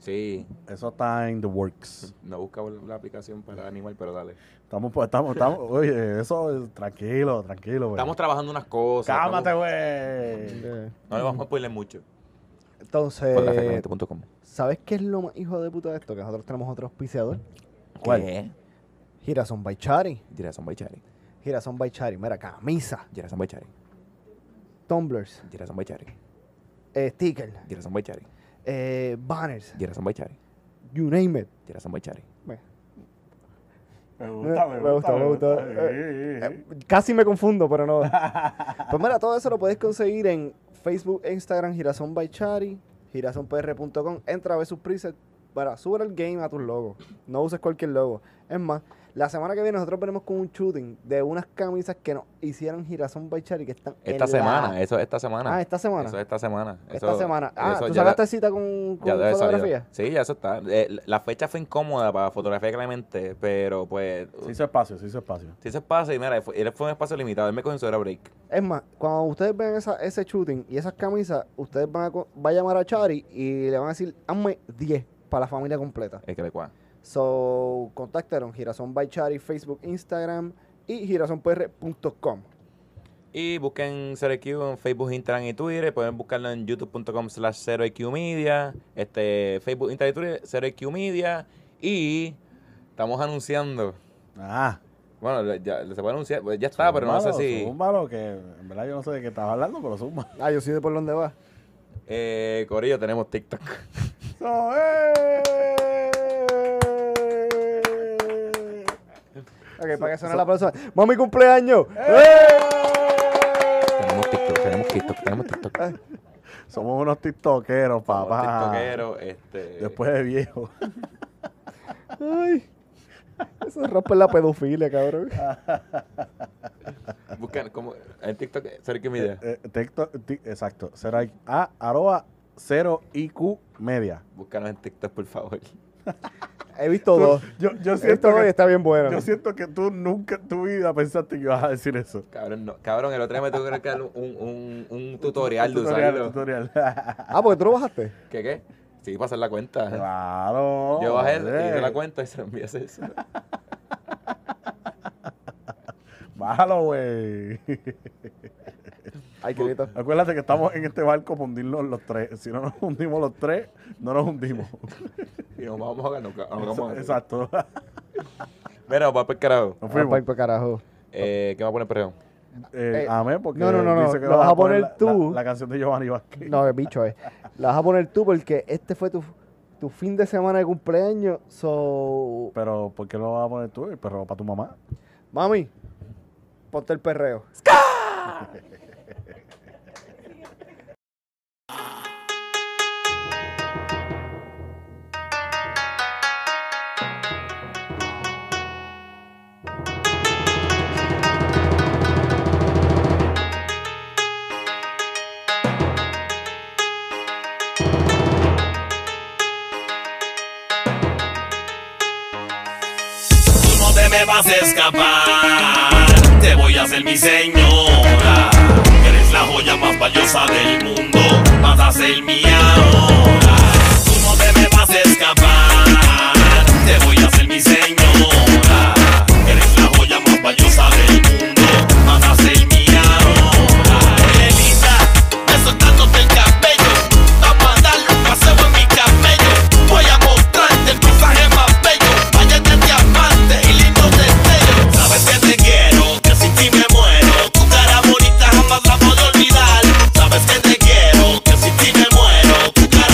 Sí, Eso está en the works. no buscaba la aplicación para animal, pero dale. Estamos, pues, estamos, estamos. Oye, eso, es- tranquilo, tranquilo, güey. Estamos trabajando unas cosas. Cámate, estamos- güey. No le vamos a ponerle mucho. Entonces, Fotografíaclemente.com. ¿sabes qué es lo más hijo de puta de esto? Que nosotros tenemos otro auspiciador. ¿Cuál? ¿Qué? Girasón by Chari. Girasón Baichari. Girasón by Chari. Mira, camisa, Girasón Baichari. tumblers, Girasón Baichari. eh, stickers, Girasón Baichari. eh, banners, Girasón Baichari. you name it. Girasón Baichari. Bueno, Me gusta, me, Me gusta, me gusta. Sí, sí, Eh, Casi me confundo, pero no. Pues mira, todo eso lo podéis conseguir en Facebook, Instagram, Girasón by Chari, girasonpr.com. Entra a ver sus presets para subir el game a tus logos. No uses cualquier logo. Es más, la semana que viene nosotros venimos con un shooting de unas camisas que nos hicieron Girasón by Chari que están en Esta la- semana, eso es esta semana. Ah, esta semana. Eso es esta semana. esta Eso- semana. Ah, eso ¿tú ya- sacaste cita con, con ya debe salir. fotografía? Sí, ya eso está. Eh, la fecha fue incómoda para fotografía de Clemente, pero pues. Se hizo espacio, se hizo espacio. Si ese espacio, y mira, fue, él fue un espacio limitado. Él me cogió en su hora break. Es más, cuando ustedes ven esa, ese shooting y esas camisas, ustedes van a, co- va a llamar a Chari y le van a decir, hazme 10 para la familia completa. Es que le cuadra. So, contáctaron Girasón by Chari, Facebook, Instagram y girasonpr.com. Y busquen 0IQ en Facebook, Instagram y Twitter. Pueden buscarlo en youtube.com slash 0IQ Media. Este, Facebook, Instagram y Twitter, 0IQ Media. Y estamos anunciando. Ah, Bueno, lo- ya se puede anunciar. pues Ya está, pero no sé zúmbalo, si. zúmbalo, que en verdad yo no sé de qué estaba hablando, pero zumba. Ah, yo sí de por dónde va. Eh, Corillo, tenemos TikTok. So, eh. ¡eh! Ok, para que suene la próxima. ¡Mami cumpleaños! Eh. Tenemos TikTok, tenemos TikTok, tenemos TikTok. Somos unos tiktokeros, papá. TikTokero, este. Después de viejo. ¡Ay! Eso rompe la pedofilia, cabrón. Buscan como. En TikTok, 0IQ Media. Eh, tiktok- ti- exacto. Será a, arroba 0 IQ media. Búscanos en TikTok, por favor. He visto dos. Yo, yo Esto siento que, está bien bueno. yo siento que tú nunca en tu vida pensaste que ibas a decir eso. Cabrón, no. Cabrón, el otro día me tuve que crear un, un, un tutorial de Tutorial, usarlo. tutorial. Ah, porque tú lo bajaste. ¿Qué qué? Sí, pasar la cuenta. claro. Yo bajé y hice hombre. la cuenta y se lo envié a César. Bájalo, güey. Ay, querido. Acuérdate que estamos en este barco para hundirnos los tres. Si no nos hundimos los tres, no nos hundimos. Y nos vamos a ganar. Nos vamos a Exacto. Mira, papá, el carajo. Nos Vamos fuimos. para Ah, carajo. Eh, ¿Qué me va a poner perreo? Eh, pues, Eh, amé porque no, no, no, no, dice que lo le vas a poner la- tú. La, la canción de Giovanni Vázquez. No, el bicho es. La vas a poner tú porque este fue tu, tu fin de semana de cumpleaños. So. Pero ¿por qué no lo vas a poner tú? El perro para tu mamá. Mami, ponte el perreo. Tú no te me vas a escapar. Te voy a hacer mi señora. Eres la joya más valiosa del mundo. Vas a ser mía ahora. Tú no te me vas a escapar. Te voy a hacer mi señora. Eres la joya más valiosa del mundo. Vas a ser mía ahora. Oye, linda, me soltándote el cabello. Vamos a darle un paseo en mi cabello. Voy a mostrarte el pasaje más bello. Vaya de diamante y lindo destello. Sabes que te quiero, que sin ti me muero. Tu cara bonita jamás la puedo olvidar. Sabes que te quiero, que sin ti me muero. Tu cara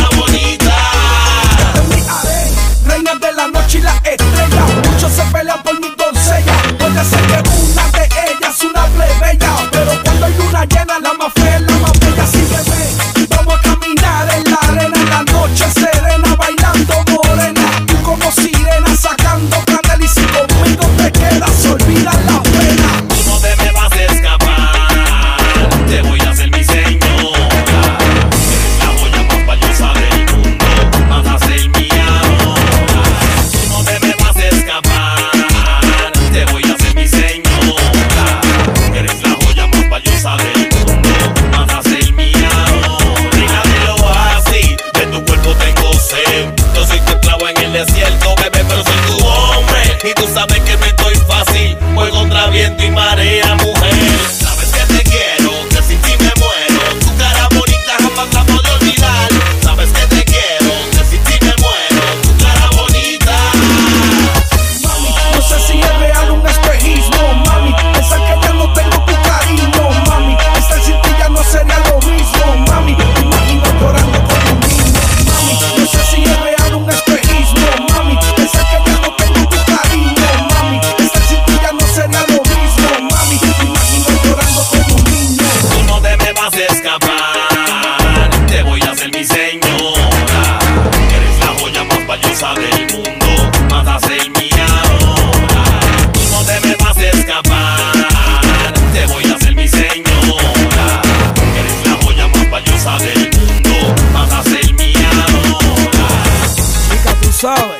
sabes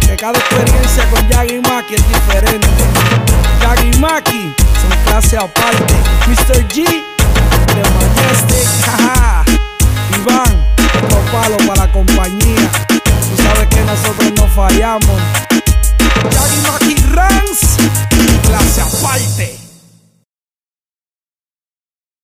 que cada experiencia con Yagi Maki es diferente. Yagi Maki son clase aparte. Mr. G de Majestic, jaja. Iván, otro palo para la compañía. Tú sabes que nosotros no fallamos. Yagi Maki